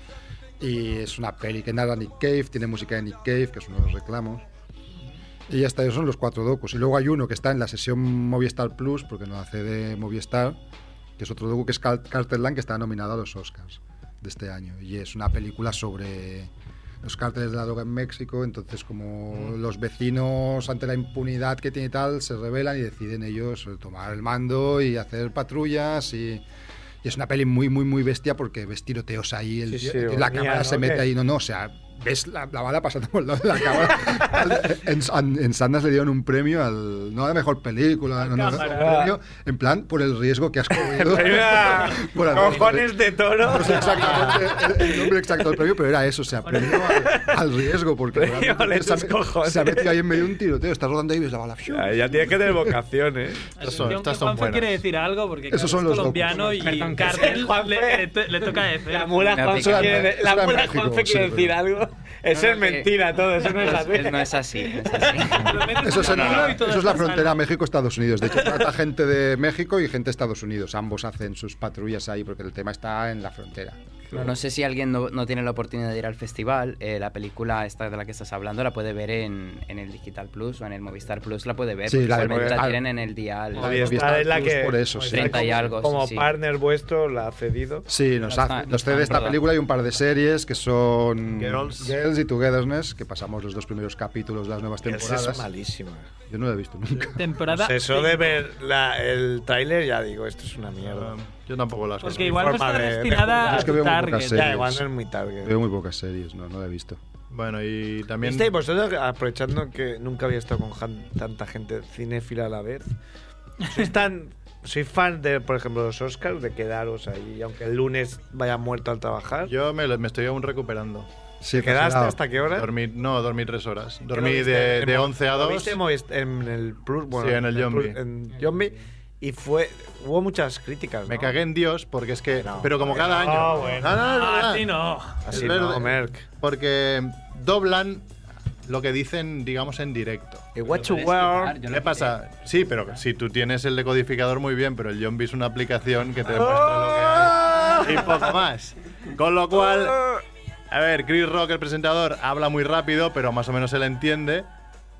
Speaker 8: Y es una peli que narra Nick Cave, tiene música de Nick Cave, que es uno de los reclamos. Y ya está, esos son los cuatro docus. Y luego hay uno que está en la sesión Movistar Plus, porque nos hace de Movistar, que es otro docu que es Cal- Carter Land, que está nominado a los Oscars de este año. Y es una película sobre los cárteles de la droga en México. Entonces, como
Speaker 1: Mm.
Speaker 8: los vecinos, ante la impunidad que tiene y tal, se rebelan y deciden ellos tomar el mando y hacer patrullas y. y es una peli muy, muy, muy bestia porque ves tiroteos ahí, el
Speaker 1: Sí,
Speaker 8: tío-
Speaker 1: sí,
Speaker 8: la
Speaker 1: o-
Speaker 8: cámara
Speaker 1: mira,
Speaker 8: se
Speaker 1: ¿no?
Speaker 8: mete
Speaker 1: ¿Qué?
Speaker 8: ahí, no, no, o sea, ves la, la bala pasando por el lado de la cámara. en, en, en Sanders le dieron un premio al, no a la mejor película, no, no, no,
Speaker 2: cámara.
Speaker 8: un premio, en plan por el riesgo que has corrido.
Speaker 1: Era
Speaker 8: Por hacer-
Speaker 1: cojones de toro.
Speaker 8: no sé exactamente el- el nombre exacto del premio, pero era eso, o sea, premio al, al riesgo, porque
Speaker 1: Premio
Speaker 8: realmente
Speaker 1: ole
Speaker 8: se, ha,
Speaker 1: tus
Speaker 8: met-
Speaker 1: cojones.
Speaker 8: se ha metido ahí en medio de un tiroteo, estás rodando ahí y ves la bala.
Speaker 1: Ya, ya tienes que tener vocación, ¿eh?
Speaker 4: Estas son-
Speaker 2: Atención,
Speaker 4: estas
Speaker 2: que
Speaker 4: son
Speaker 2: Juanfe
Speaker 4: buenas.
Speaker 2: quiere decir algo porque
Speaker 8: Esos
Speaker 2: claro,
Speaker 8: son
Speaker 2: es
Speaker 8: los
Speaker 2: colombiano
Speaker 8: locos.
Speaker 2: y
Speaker 3: Perdón, que
Speaker 2: Cartel
Speaker 1: sea Juanfe.
Speaker 2: le, le to- le toca decir.
Speaker 1: La mula
Speaker 7: Me ha
Speaker 1: Juanfe
Speaker 7: picado.
Speaker 1: quiere,
Speaker 8: Eso
Speaker 1: la
Speaker 8: era
Speaker 1: mula
Speaker 8: mágico,
Speaker 1: Juanfe quiere
Speaker 8: sí,
Speaker 1: decir
Speaker 8: pero-
Speaker 1: algo. Eso
Speaker 7: no,
Speaker 1: es
Speaker 7: que-
Speaker 1: mentira todo, eso no es
Speaker 7: Es-
Speaker 1: así.
Speaker 7: es- Pues, no es así, no es así.
Speaker 2: Lo metes
Speaker 8: Eso es,
Speaker 2: en
Speaker 8: en-
Speaker 2: el culo y todo
Speaker 8: eso es la
Speaker 2: está
Speaker 8: frontera
Speaker 2: sano.
Speaker 8: México-Estados Unidos. De hecho, trata gente de México y gente de Estados Unidos. Ambos hacen sus patrullas ahí porque el tema está en la frontera.
Speaker 7: No sé si alguien no, no tiene la oportunidad de ir al festival. eh, la película esta de la que estás hablando la puede ver en, en el Digital Plus o en el Movistar Plus. La puede ver.
Speaker 8: Sí,
Speaker 7: porque
Speaker 8: la de
Speaker 7: usualmente la
Speaker 8: Movistar.
Speaker 7: tienen en el dial.
Speaker 1: La de-
Speaker 8: Porque
Speaker 1: esta es la
Speaker 8: Plus
Speaker 1: que-
Speaker 8: por eso, sí.
Speaker 7: 30 y algo.
Speaker 1: Como
Speaker 7: sí, sí.
Speaker 1: partner vuestro la ha cedido.
Speaker 8: Sí, nos,
Speaker 7: Lo
Speaker 8: hace-
Speaker 7: está- lo
Speaker 8: nos cede
Speaker 7: está
Speaker 8: esta
Speaker 7: rodando.
Speaker 8: película y un par de series que son
Speaker 4: Girls.
Speaker 8: Girls y Togetherness, que pasamos los dos primeros capítulos de las nuevas
Speaker 1: Esa
Speaker 8: temporadas.
Speaker 1: es malísima.
Speaker 8: Yo no la he visto nunca.
Speaker 2: Temporada.
Speaker 1: Pues eso
Speaker 2: cinco.
Speaker 1: de ver la- el tráiler, ya digo, esto es una mierda.
Speaker 4: Yo tampoco las
Speaker 2: Porque
Speaker 4: veo.
Speaker 2: igual no
Speaker 1: forma
Speaker 2: está
Speaker 1: de- de
Speaker 2: destinada
Speaker 1: jugar.
Speaker 2: a
Speaker 8: Es que
Speaker 2: tu
Speaker 8: veo muy
Speaker 2: target.
Speaker 1: Ya,
Speaker 8: pocas series.
Speaker 1: igual no es muy target.
Speaker 8: Veo muy pocas series, no, no la he visto.
Speaker 4: Bueno, y también.
Speaker 1: ¿Visteis vosotros, aprovechando que nunca había estado con jan- tanta gente cinéfila a la vez, sois tan... Soy fan de, por ejemplo, los Oscars, de quedaros ahí, aunque el lunes vaya muerto al trabajar.
Speaker 4: Yo me, me estoy aún recuperando.
Speaker 8: Sí, pues
Speaker 1: ¿Quedaste
Speaker 8: fascinado.
Speaker 1: hasta qué hora?
Speaker 4: Dormí, no, dormí tres horas.
Speaker 1: ¿Qué lo
Speaker 4: Dormí
Speaker 1: viste?
Speaker 4: de,
Speaker 1: ¿En
Speaker 4: de
Speaker 1: Mo-
Speaker 4: 11 a
Speaker 1: lo
Speaker 4: 2.
Speaker 1: viste en Movist- en el Plus, bueno,
Speaker 4: Sí, en el
Speaker 1: Plus-
Speaker 4: Yombi.
Speaker 1: en Yombi, Y fue, hubo muchas críticas.
Speaker 4: Me
Speaker 1: ¿no?
Speaker 4: cagué en Dios porque es que.
Speaker 1: No,
Speaker 4: pero como
Speaker 1: bueno,
Speaker 4: cada año.
Speaker 1: no, bueno.
Speaker 4: No, no, no, no,
Speaker 2: Ah,
Speaker 4: no.
Speaker 2: sí, no.
Speaker 1: Así
Speaker 4: Es
Speaker 1: no,
Speaker 4: verde.
Speaker 1: Merck.
Speaker 4: Porque doblan lo que dicen, digamos, en directo.
Speaker 1: Eh, what you
Speaker 7: puedes
Speaker 1: wear.
Speaker 7: quitar, yo lo
Speaker 4: ¿Qué pasa? Sí, pero si tú tienes el decodificador muy bien, pero el Zombie es una aplicación
Speaker 2: Ah.
Speaker 4: que te demuestra lo que hay y poco más. Con lo cual, a ver, Chris Rock, el presentador, habla muy rápido, pero más o menos se le entiende.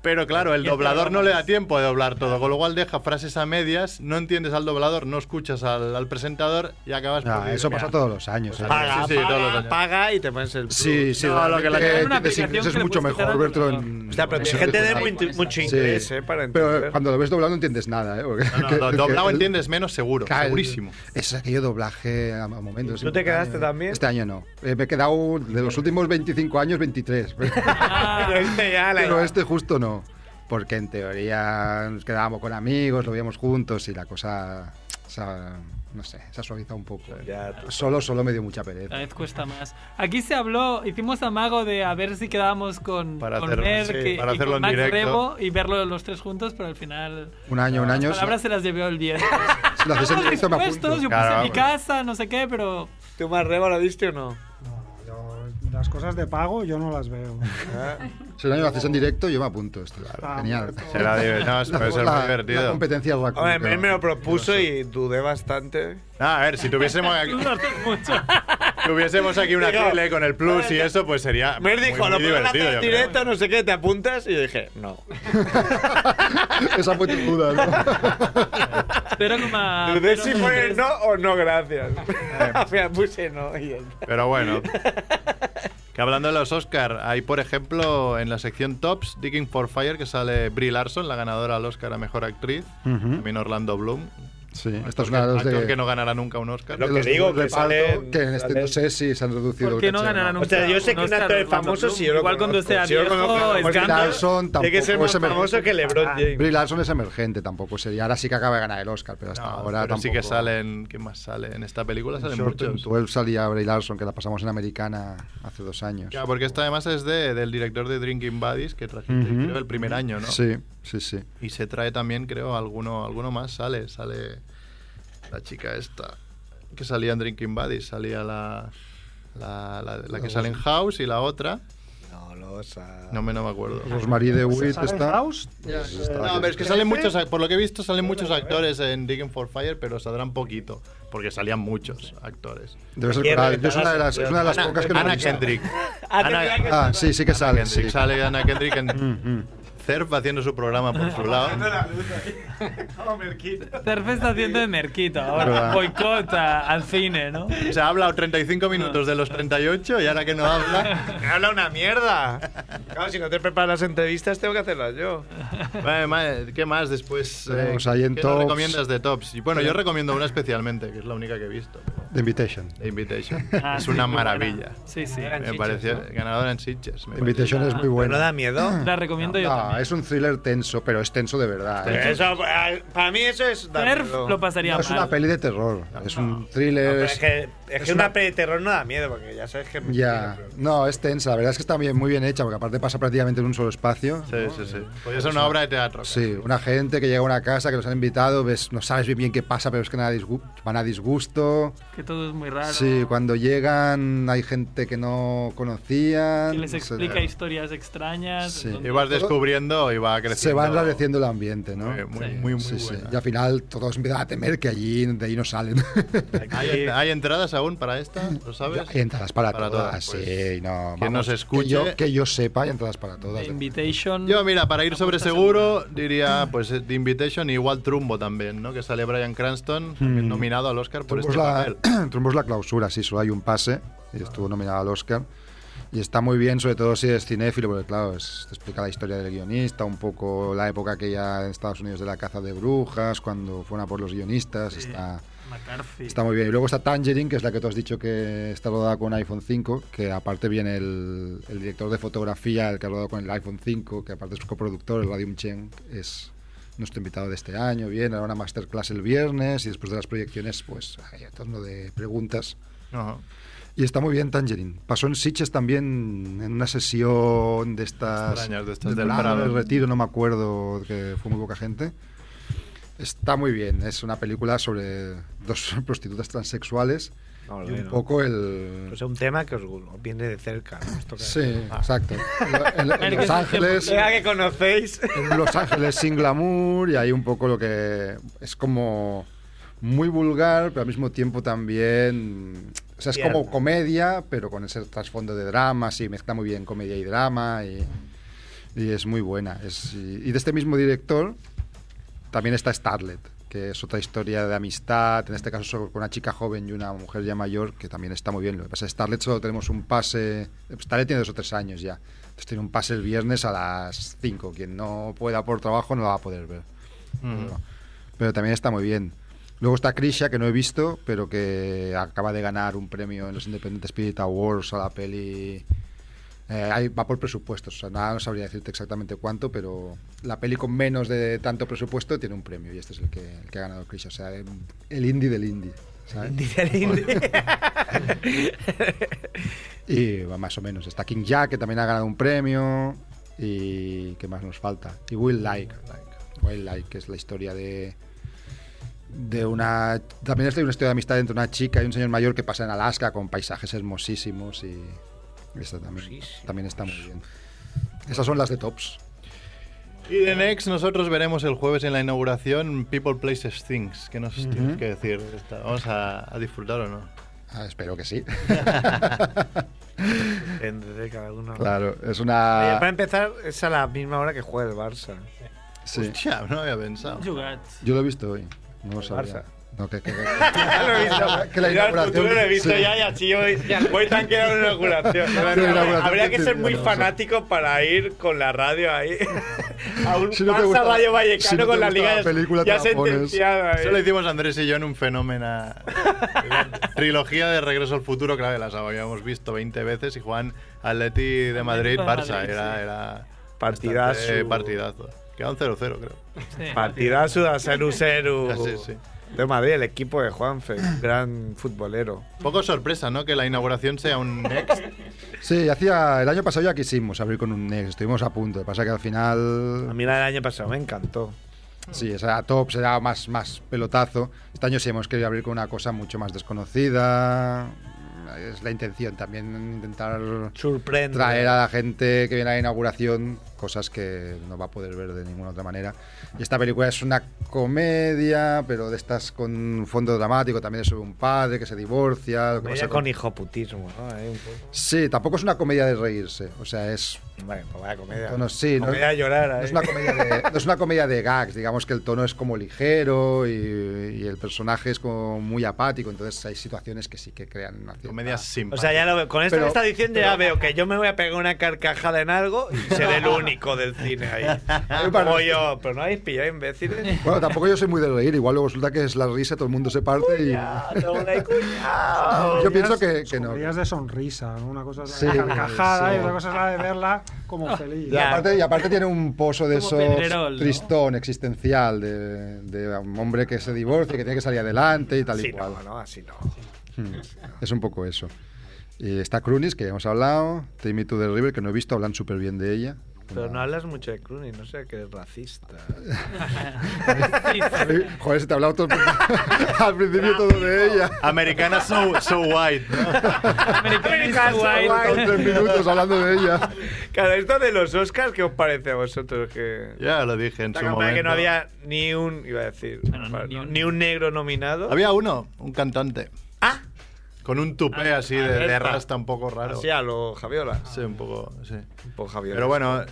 Speaker 4: Pero claro, el
Speaker 2: Y el
Speaker 4: doblador no
Speaker 2: programa
Speaker 4: le da tiempo de doblar todo, con lo cual deja frases a medias, no entiendes al doblador, no escuchas al, al presentador y acabas
Speaker 8: Ah,
Speaker 4: por-
Speaker 8: eso
Speaker 4: Mira,
Speaker 8: pasa todos los años. ¿eh?
Speaker 1: Paga,
Speaker 4: Sí, sí, todos los
Speaker 1: paga,
Speaker 4: años.
Speaker 1: paga y te pones el Plus.
Speaker 8: Sí, sí,
Speaker 4: No, lo que la-
Speaker 8: realmente
Speaker 2: Hay una
Speaker 8: de
Speaker 2: aplicación
Speaker 8: sincronizas
Speaker 2: que le
Speaker 8: es mucho
Speaker 2: puedes
Speaker 8: mejor
Speaker 2: quitar al
Speaker 8: verlo
Speaker 2: ordenador.
Speaker 8: en.
Speaker 1: O sea, pero
Speaker 8: en
Speaker 1: hay gente de
Speaker 8: original.
Speaker 1: muy- mucho,
Speaker 8: Sí.
Speaker 1: inglés, ¿eh? Para
Speaker 8: Pero
Speaker 1: entender.
Speaker 8: cuando lo ves doblado no entiendes nada, ¿eh? Porque-
Speaker 4: No, no, do-
Speaker 8: que-
Speaker 4: doblado
Speaker 8: que-
Speaker 4: entiendes menos seguro,
Speaker 8: Claro,
Speaker 4: segurísimo.
Speaker 8: Es aquello doblaje a, a momentos.
Speaker 1: ¿Tú te quedaste también?
Speaker 8: Este año no. Eh, me he quedado de los últimos 25 años 23.
Speaker 2: Ah,
Speaker 1: Pero este ya la-
Speaker 8: Pero este justo no. Porque en teoría nos quedábamos con amigos, lo veíamos juntos y la cosa. o sea, no sé, se ha suavizado un poco.
Speaker 1: Ya, tú-
Speaker 8: Solo, solo me dio mucha
Speaker 2: Cada
Speaker 8: pereza.
Speaker 2: vez cuesta más. Aquí se habló, hicimos amago de a ver si quedábamos con,
Speaker 4: Para
Speaker 2: con
Speaker 4: hacer-
Speaker 2: Merck
Speaker 4: sí,
Speaker 2: y-
Speaker 4: para
Speaker 2: y
Speaker 4: hacerlo
Speaker 2: con
Speaker 4: en
Speaker 2: Max
Speaker 4: directo.
Speaker 2: Rebo y verlo los tres juntos, pero al final
Speaker 8: Un año, un año.
Speaker 2: las palabras se las llevó el viento.
Speaker 8: Si lo hacéis en directo, me apunto.
Speaker 2: Puestos, yo puse
Speaker 4: Claro,
Speaker 2: mi
Speaker 4: vamos.
Speaker 2: casa, no sé qué, pero
Speaker 1: ¿Tú más reba lo viste o no?
Speaker 9: No, yo- las cosas de pago yo no las veo.
Speaker 8: Si un año lo hacéis en directo, yo me apunto. Esto, genial.
Speaker 9: perfecto.
Speaker 4: Será divertido. No, puede ser muy
Speaker 8: La- La
Speaker 4: divertido.
Speaker 8: competencia es la
Speaker 1: Hombre, él me lo propuso y dudé bastante.
Speaker 4: Ah, a ver, si tuviésemos aquí,
Speaker 2: mucho.
Speaker 4: tuviésemos aquí una
Speaker 1: Digo,
Speaker 4: tele con el plus y eso, pues sería muy,
Speaker 1: Mer dijo,
Speaker 4: muy
Speaker 1: lo pueden
Speaker 4: divertido.
Speaker 1: hacer en
Speaker 4: yo creo".
Speaker 1: directo, no sé qué, te apuntas. Y yo dije, no.
Speaker 8: Esa fue tu duda, ¿no?
Speaker 2: Pero como a-
Speaker 1: Dudé
Speaker 2: pero-
Speaker 1: si poner no o no, gracias. Al final puse no y ya está.
Speaker 4: Pero bueno. Que hablando de los Oscar, hay por ejemplo en la sección Tops, Digging for Fire, que sale Brie Larson, la ganadora al Oscar a Mejor Actriz.
Speaker 8: Ujú.
Speaker 4: También Orlando Bloom.
Speaker 8: Sí, esto
Speaker 4: Actor
Speaker 8: es una de
Speaker 4: que,
Speaker 8: los
Speaker 4: actor
Speaker 8: de.
Speaker 4: que no ganará nunca un Oscar.
Speaker 1: Lo
Speaker 8: de
Speaker 1: que
Speaker 8: los
Speaker 1: digo, que
Speaker 8: reparto,
Speaker 1: salen-
Speaker 8: que en este
Speaker 1: salen-
Speaker 8: no sé si se han reducido.
Speaker 2: ¿Por qué
Speaker 8: el
Speaker 2: no
Speaker 8: caché
Speaker 2: ganarán
Speaker 8: no.
Speaker 2: un
Speaker 1: O sea, yo sé que un
Speaker 2: Oscar
Speaker 1: actor es
Speaker 2: Orlando
Speaker 1: famoso
Speaker 2: Bloom?
Speaker 1: si yo lo
Speaker 2: Igual cuando
Speaker 1: conozco.
Speaker 2: sea
Speaker 1: Si yo lo
Speaker 2: viejo,
Speaker 1: conozco, este
Speaker 2: es
Speaker 1: Brie
Speaker 8: Porque
Speaker 2: Gandalf.
Speaker 8: Larson
Speaker 1: Tiene que
Speaker 8: tampoco
Speaker 1: ser Ah.
Speaker 8: es
Speaker 1: más
Speaker 8: emergente.
Speaker 1: famoso que LeBron James.
Speaker 8: Brie Larson es emergente tampoco sería. Ahora sí que acaba de ganar el Oscar, pero hasta
Speaker 4: No,
Speaker 8: ahora
Speaker 4: pero
Speaker 8: tampoco.
Speaker 4: sí que salen. ¿Qué más sale? En esta película
Speaker 8: En
Speaker 4: salen
Speaker 8: Short and
Speaker 4: muchos.
Speaker 8: Twelve salía Brie Larson, que la pasamos en Americana hace dos años.
Speaker 4: Claro, porque esta además es de, del director de Drinking Buddies, que trajiste
Speaker 8: Ujú.
Speaker 4: creo, el primer año, ¿no?
Speaker 8: Sí, sí, sí.
Speaker 4: Y se trae también, creo, alguno, alguno más. Sale, sale la chica esta que salía en Drinking Buddies. Salía la, la, la- la que sale en House y la otra.
Speaker 1: No, losa.
Speaker 4: No me, no me acuerdo.
Speaker 8: Rosemary de Witt
Speaker 9: ¿Sale
Speaker 8: está.
Speaker 9: House?
Speaker 8: Pues está-
Speaker 4: No, pero es que salen muchos, ac- por lo que he visto, salen muchos actores en Digging for Fire, pero saldrán poquito, porque salían muchos actores.
Speaker 8: Debe ser
Speaker 1: Quiere
Speaker 8: coral.
Speaker 1: evitar
Speaker 8: Yo es una de
Speaker 1: la
Speaker 8: las, es una de las
Speaker 1: asociación.
Speaker 8: pocas que no he
Speaker 4: Ana
Speaker 8: visto.
Speaker 4: Kendrick.
Speaker 1: Ah, tendría que-
Speaker 8: Ah, sí, sí que sale.
Speaker 4: Kendrick.
Speaker 8: sí.
Speaker 4: Sale Ana Kendrick en
Speaker 8: Mm, mm.
Speaker 4: Cerf haciendo su programa por su lado.
Speaker 2: Surf está haciendo de merquito ahora.
Speaker 8: Verdad.
Speaker 2: Boicota al cine, ¿no?
Speaker 4: O sea, ha hablado 35 minutos de los 38 y ahora que no habla.
Speaker 1: Me habla una mierda. Claro, si no te preparas las entrevistas, tengo que hacerlas yo.
Speaker 4: Vale, madre, ¿Qué más después? Eh,
Speaker 8: Tenemos ahí en
Speaker 4: ¿Qué nos
Speaker 8: tops.
Speaker 4: recomiendas de tops? Y bueno, yo recomiendo una especialmente, que es la única que he visto.
Speaker 8: The Invitation.
Speaker 4: The Invitation.
Speaker 2: Ah,
Speaker 4: es
Speaker 2: sí,
Speaker 4: una
Speaker 2: muy
Speaker 4: maravilla.
Speaker 2: buena. Sí, sí.
Speaker 3: Eran
Speaker 4: Me
Speaker 3: chichas,
Speaker 4: pareció
Speaker 3: ¿no?
Speaker 4: ganadora en Sitges. me
Speaker 8: The Invitation es muy
Speaker 1: ¿No
Speaker 8: buena.
Speaker 1: da miedo?
Speaker 2: La recomiendo yo
Speaker 8: No, eh,
Speaker 2: también.
Speaker 8: es un thriller tenso, pero es tenso de verdad. ¿eh?
Speaker 1: Eso, eh, para mí eso es dar
Speaker 2: Surf
Speaker 1: miedo.
Speaker 2: lo pasaría
Speaker 8: No es
Speaker 2: mal.
Speaker 8: una peli de terror, es un thriller.
Speaker 1: Pero
Speaker 8: es-
Speaker 1: es que, es que una peli de terror no da miedo, porque ya sabes que es mentira,
Speaker 8: Ya,
Speaker 1: pero-
Speaker 8: no, es tensa. La verdad es que está bien, muy bien hecha, porque aparte pasa prácticamente en un solo espacio.
Speaker 4: parece. Sí, sí, sí.
Speaker 2: Ah.
Speaker 4: Podría ser una obra de teatro.
Speaker 8: Sí, una gente que llega a una casa que los han invitado, ves, no sabes bien, bien qué pasa, pero es que nada disgu- van a disgusto.
Speaker 2: Que todo es muy raro.
Speaker 8: Sí, cuando llegan hay gente que no conocían.
Speaker 2: Que les
Speaker 8: se-
Speaker 2: explica historias extrañas.
Speaker 8: Sí.
Speaker 4: Y
Speaker 2: entonces-
Speaker 4: vas descubriendo y va creciendo. Eh,
Speaker 8: Se va enrareciendo el ambiente, ¿no?
Speaker 4: Muy, muy,
Speaker 2: Sí.
Speaker 4: muy, muy
Speaker 8: Sí, sí.
Speaker 4: buena.
Speaker 8: Y al final todos empiezan a temer que allí de ahí no salen.
Speaker 4: ¿Hay, hay entradas aún para esta? ¿Lo sabes?
Speaker 8: Hay entradas para,
Speaker 4: Para todas,
Speaker 8: todas,
Speaker 4: pues,
Speaker 8: sí, no.
Speaker 4: quien nos escuche-
Speaker 8: Que yo, que yo sepa, hay entradas para todas.
Speaker 2: The Invitation.
Speaker 4: Yo, mira, para ir sobre seguro, diría pues eh, The Invitation y igual Trumbo también, ¿no? Que sale Brian Cranston, también nominado al Oscar por
Speaker 8: Hmm. Trumbo
Speaker 4: este
Speaker 8: es, la,
Speaker 4: papel.
Speaker 8: Trumbo es la clausura, sí, solo hay un pase. Y estuvo nominado al Oscar. Y está muy bien, sobre todo si eres cinéfilo, porque claro, es- te explica la historia del guionista, un poco la época que ya en Estados Unidos de la caza de brujas, cuando fueron a por los guionistas. Está,
Speaker 2: McCarthy.
Speaker 8: está muy bien. Y luego está Tangerine, que es la que tú has dicho que está rodada con iPhone 5, que aparte viene el, el director de fotografía, el que ha rodado con el iPhone 5, que aparte es coproductor, el Radium Chen, es nuestro invitado de este año, bien, hará una masterclass el viernes y después de las proyecciones, pues, hay torno de preguntas.
Speaker 4: Ajá.
Speaker 8: Y está muy bien Tangerine. Pasó en Sitges también en una sesión de estas...
Speaker 4: Extrañas, de estas del
Speaker 8: del Prado,
Speaker 4: Prado.
Speaker 8: del Retiro, no me acuerdo, que fue muy poca gente. Está muy bien. Es una película sobre dos prostitutas transexuales
Speaker 1: No,
Speaker 8: y un
Speaker 1: no.
Speaker 8: poco el...
Speaker 1: O sea, Pues un tema que os, os viene de cerca. ¿no? Os toca- Ah.
Speaker 8: Sí, exacto. En, en- en
Speaker 2: El que
Speaker 8: Los
Speaker 2: se-
Speaker 8: Ángeles...
Speaker 1: Tema que conocéis.
Speaker 8: en Los Ángeles sin glamour y ahí un poco lo que es como muy vulgar, pero al mismo tiempo también... O sea, es como
Speaker 1: Tierno.
Speaker 8: comedia, pero con ese trasfondo de drama, sí, mezcla muy bien comedia y drama y, y es muy buena. Es, y, y de este mismo director también está Starlet, que es otra historia de amistad, en este caso sobre- con una chica joven y una mujer ya mayor, que también está muy bien. Lo que pasa es que Starlet solo tenemos un pase... Starlet tiene dos o tres años ya. Entonces tiene un pase el viernes a las 5. Quien no pueda por trabajo no la va a poder ver. Pero, pero también está muy bien. Luego está Krisha, que no he visto, pero que acaba de ganar un premio en los Independent Spirit Awards a la peli Eh, ahí va por presupuestos, o sea, nada, no sabría decirte exactamente cuánto, pero la peli con menos de tanto presupuesto tiene un premio y este es el que, el que ha ganado Chris, o sea, el, el indie del indie. ¿sabes?
Speaker 1: Dice el indie.
Speaker 8: Y va más o menos. Está King Jack, que también ha ganado un premio. ¿Y qué más nos falta? Y Will Like. Will Like, que es la historia de. De una. También es de una historia de amistad entre una chica y un señor mayor que pasa en Alaska con paisajes hermosísimos y. Esta también, también está muy bien. Esas son las de tops.
Speaker 4: Y de Next, nosotros veremos el jueves en la inauguración People Places Things. ¿Qué nos tienes que decir? de esta? ¿Vamos a, a disfrutar o no?
Speaker 8: Ah, espero que sí.
Speaker 1: Depende de cada uno.
Speaker 8: claro, Ah. es
Speaker 1: Oye, para
Speaker 8: una.
Speaker 1: empezar, es a la misma hora que juega el Barça.
Speaker 8: sí.
Speaker 4: Hostia, no había pensado.
Speaker 2: Jugat.
Speaker 8: Yo lo he visto hoy. No lo sabía.
Speaker 1: Barça.
Speaker 8: No, que, que- que-
Speaker 1: lo he visto.
Speaker 8: Que la
Speaker 1: Yo al
Speaker 8: inauguración-
Speaker 1: futuro lo he visto
Speaker 8: sí.
Speaker 1: ya y así voy, voy tan que era una inauguración.
Speaker 8: La inauguración
Speaker 1: Habría que
Speaker 8: que
Speaker 1: ser
Speaker 8: te-
Speaker 1: muy
Speaker 8: no sé.
Speaker 1: fanático para ir con la radio ahí. A un
Speaker 8: Si no te
Speaker 1: Barça
Speaker 8: gusta-
Speaker 1: Radio
Speaker 8: si
Speaker 1: Vallecano
Speaker 8: no te
Speaker 1: con la
Speaker 8: gusta
Speaker 1: liga
Speaker 8: la
Speaker 1: ya-
Speaker 8: película, te
Speaker 1: ya
Speaker 8: la pones.
Speaker 1: sentenciada. eh.
Speaker 4: Eso lo hicimos Andrés y yo en un fenómeno. La Trilogía de Regreso al Futuro, claro, las habíamos visto 20 veces y Juan Atleti de Madrid,
Speaker 2: de
Speaker 4: Barça.
Speaker 2: Madrid,
Speaker 4: Era,
Speaker 2: sí.
Speaker 4: era
Speaker 1: Partidazo.
Speaker 4: bastante Eh, Partidazo. Quedan 0-0, creo.
Speaker 2: Sí.
Speaker 1: Partidazo de 0 0
Speaker 4: Sí, sí.
Speaker 1: de Madrid, el equipo de Juanfe, gran futbolero.
Speaker 4: Poco sorpresa, ¿no? Que la inauguración sea un Next.
Speaker 8: Sí, hacía el año pasado ya quisimos abrir con un Next, estuvimos a punto. Lo que Pasa que al
Speaker 1: A
Speaker 8: final,
Speaker 1: mí la del año pasado me encantó.
Speaker 8: sí, esa top será más, más pelotazo. Este año sí hemos querido abrir con una cosa mucho más desconocida. Es la intención también intentar
Speaker 1: Sorprende.
Speaker 8: traer a la gente que viene a la inauguración cosas que no va a poder ver de ninguna otra manera. Y esta película es una comedia, pero de estas con un fondo dramático, también es sobre un padre que se divorcia. Lo que
Speaker 1: Media
Speaker 8: pasa
Speaker 1: con hijoputismo, ¿no? Ahí un poco.
Speaker 8: Sí, tampoco es una comedia de reírse, o sea, es
Speaker 1: Bueno, pues vaya comedia.
Speaker 8: Bueno, sí, ¿no?
Speaker 1: comedia a llorar. ¿eh?
Speaker 8: No
Speaker 1: ahí.
Speaker 8: es, una comedia de, no es una comedia de gags, digamos que el tono es como ligero y, y el personaje es como muy apático, entonces hay situaciones que sí que crean una cierta-
Speaker 4: Comedia
Speaker 1: O
Speaker 4: simpática.
Speaker 1: sea, ya lo veo. Con esto
Speaker 8: Pero-
Speaker 1: que está diciendo, ya veo que yo me voy a pegar una carcajada en algo y seré el único del cine ahí. Como yo, pero no habéis pillado imbéciles.
Speaker 8: Bueno, tampoco yo soy muy de reír, igual luego resulta que es la risa, todo el mundo se parte y...
Speaker 1: Ah, tengo una y cuñao.
Speaker 8: Yo pienso que, que no.
Speaker 9: Sonrías de sonrisa, ¿no? una cosa es la
Speaker 8: Sí,
Speaker 9: de carcajada
Speaker 8: sí.
Speaker 9: y otra cosa es la de verla como feliz.
Speaker 8: Y
Speaker 1: Ah, Ya.
Speaker 8: aparte, y aparte tiene un pozo de
Speaker 2: Como
Speaker 8: esos
Speaker 2: Pedrerol, ¿no?
Speaker 8: tristón, existencial, de, de un hombre que se divorcia, que tiene que salir adelante y tal y
Speaker 1: Así
Speaker 8: cual.
Speaker 1: no, no, así no.
Speaker 8: Mm, Es un poco eso. Y está Crunis, que ya hemos hablado, Timmy to the River, que no he visto, hablan súper bien de ella.
Speaker 1: Pero no hablas mucho de Clooney, no sea que eres racista.
Speaker 2: Sí, sí.
Speaker 8: Ay, Joder, se te ha hablado todo al principio todo de ella.
Speaker 4: Americana so, so white. ¿no?
Speaker 2: American is white.
Speaker 8: Son tres minutos hablando de ella.
Speaker 1: Claro, esto de los Oscars, ¿qué os parece a vosotros? Que...
Speaker 4: Ya lo dije en
Speaker 1: Esta
Speaker 4: su
Speaker 1: campaña
Speaker 4: momento.
Speaker 1: que no había ni un, iba a decir,
Speaker 2: Bueno,
Speaker 1: para-
Speaker 2: ni un-
Speaker 1: ni un negro nominado.
Speaker 4: Había uno, un cantante.
Speaker 1: Ah,
Speaker 4: Con un tupé así de, de
Speaker 1: Alerta.
Speaker 4: rasta un poco raro.
Speaker 1: así a lo Javiola.
Speaker 4: Sí, un poco, sí.
Speaker 1: Pues Javiola.
Speaker 4: Pero bueno,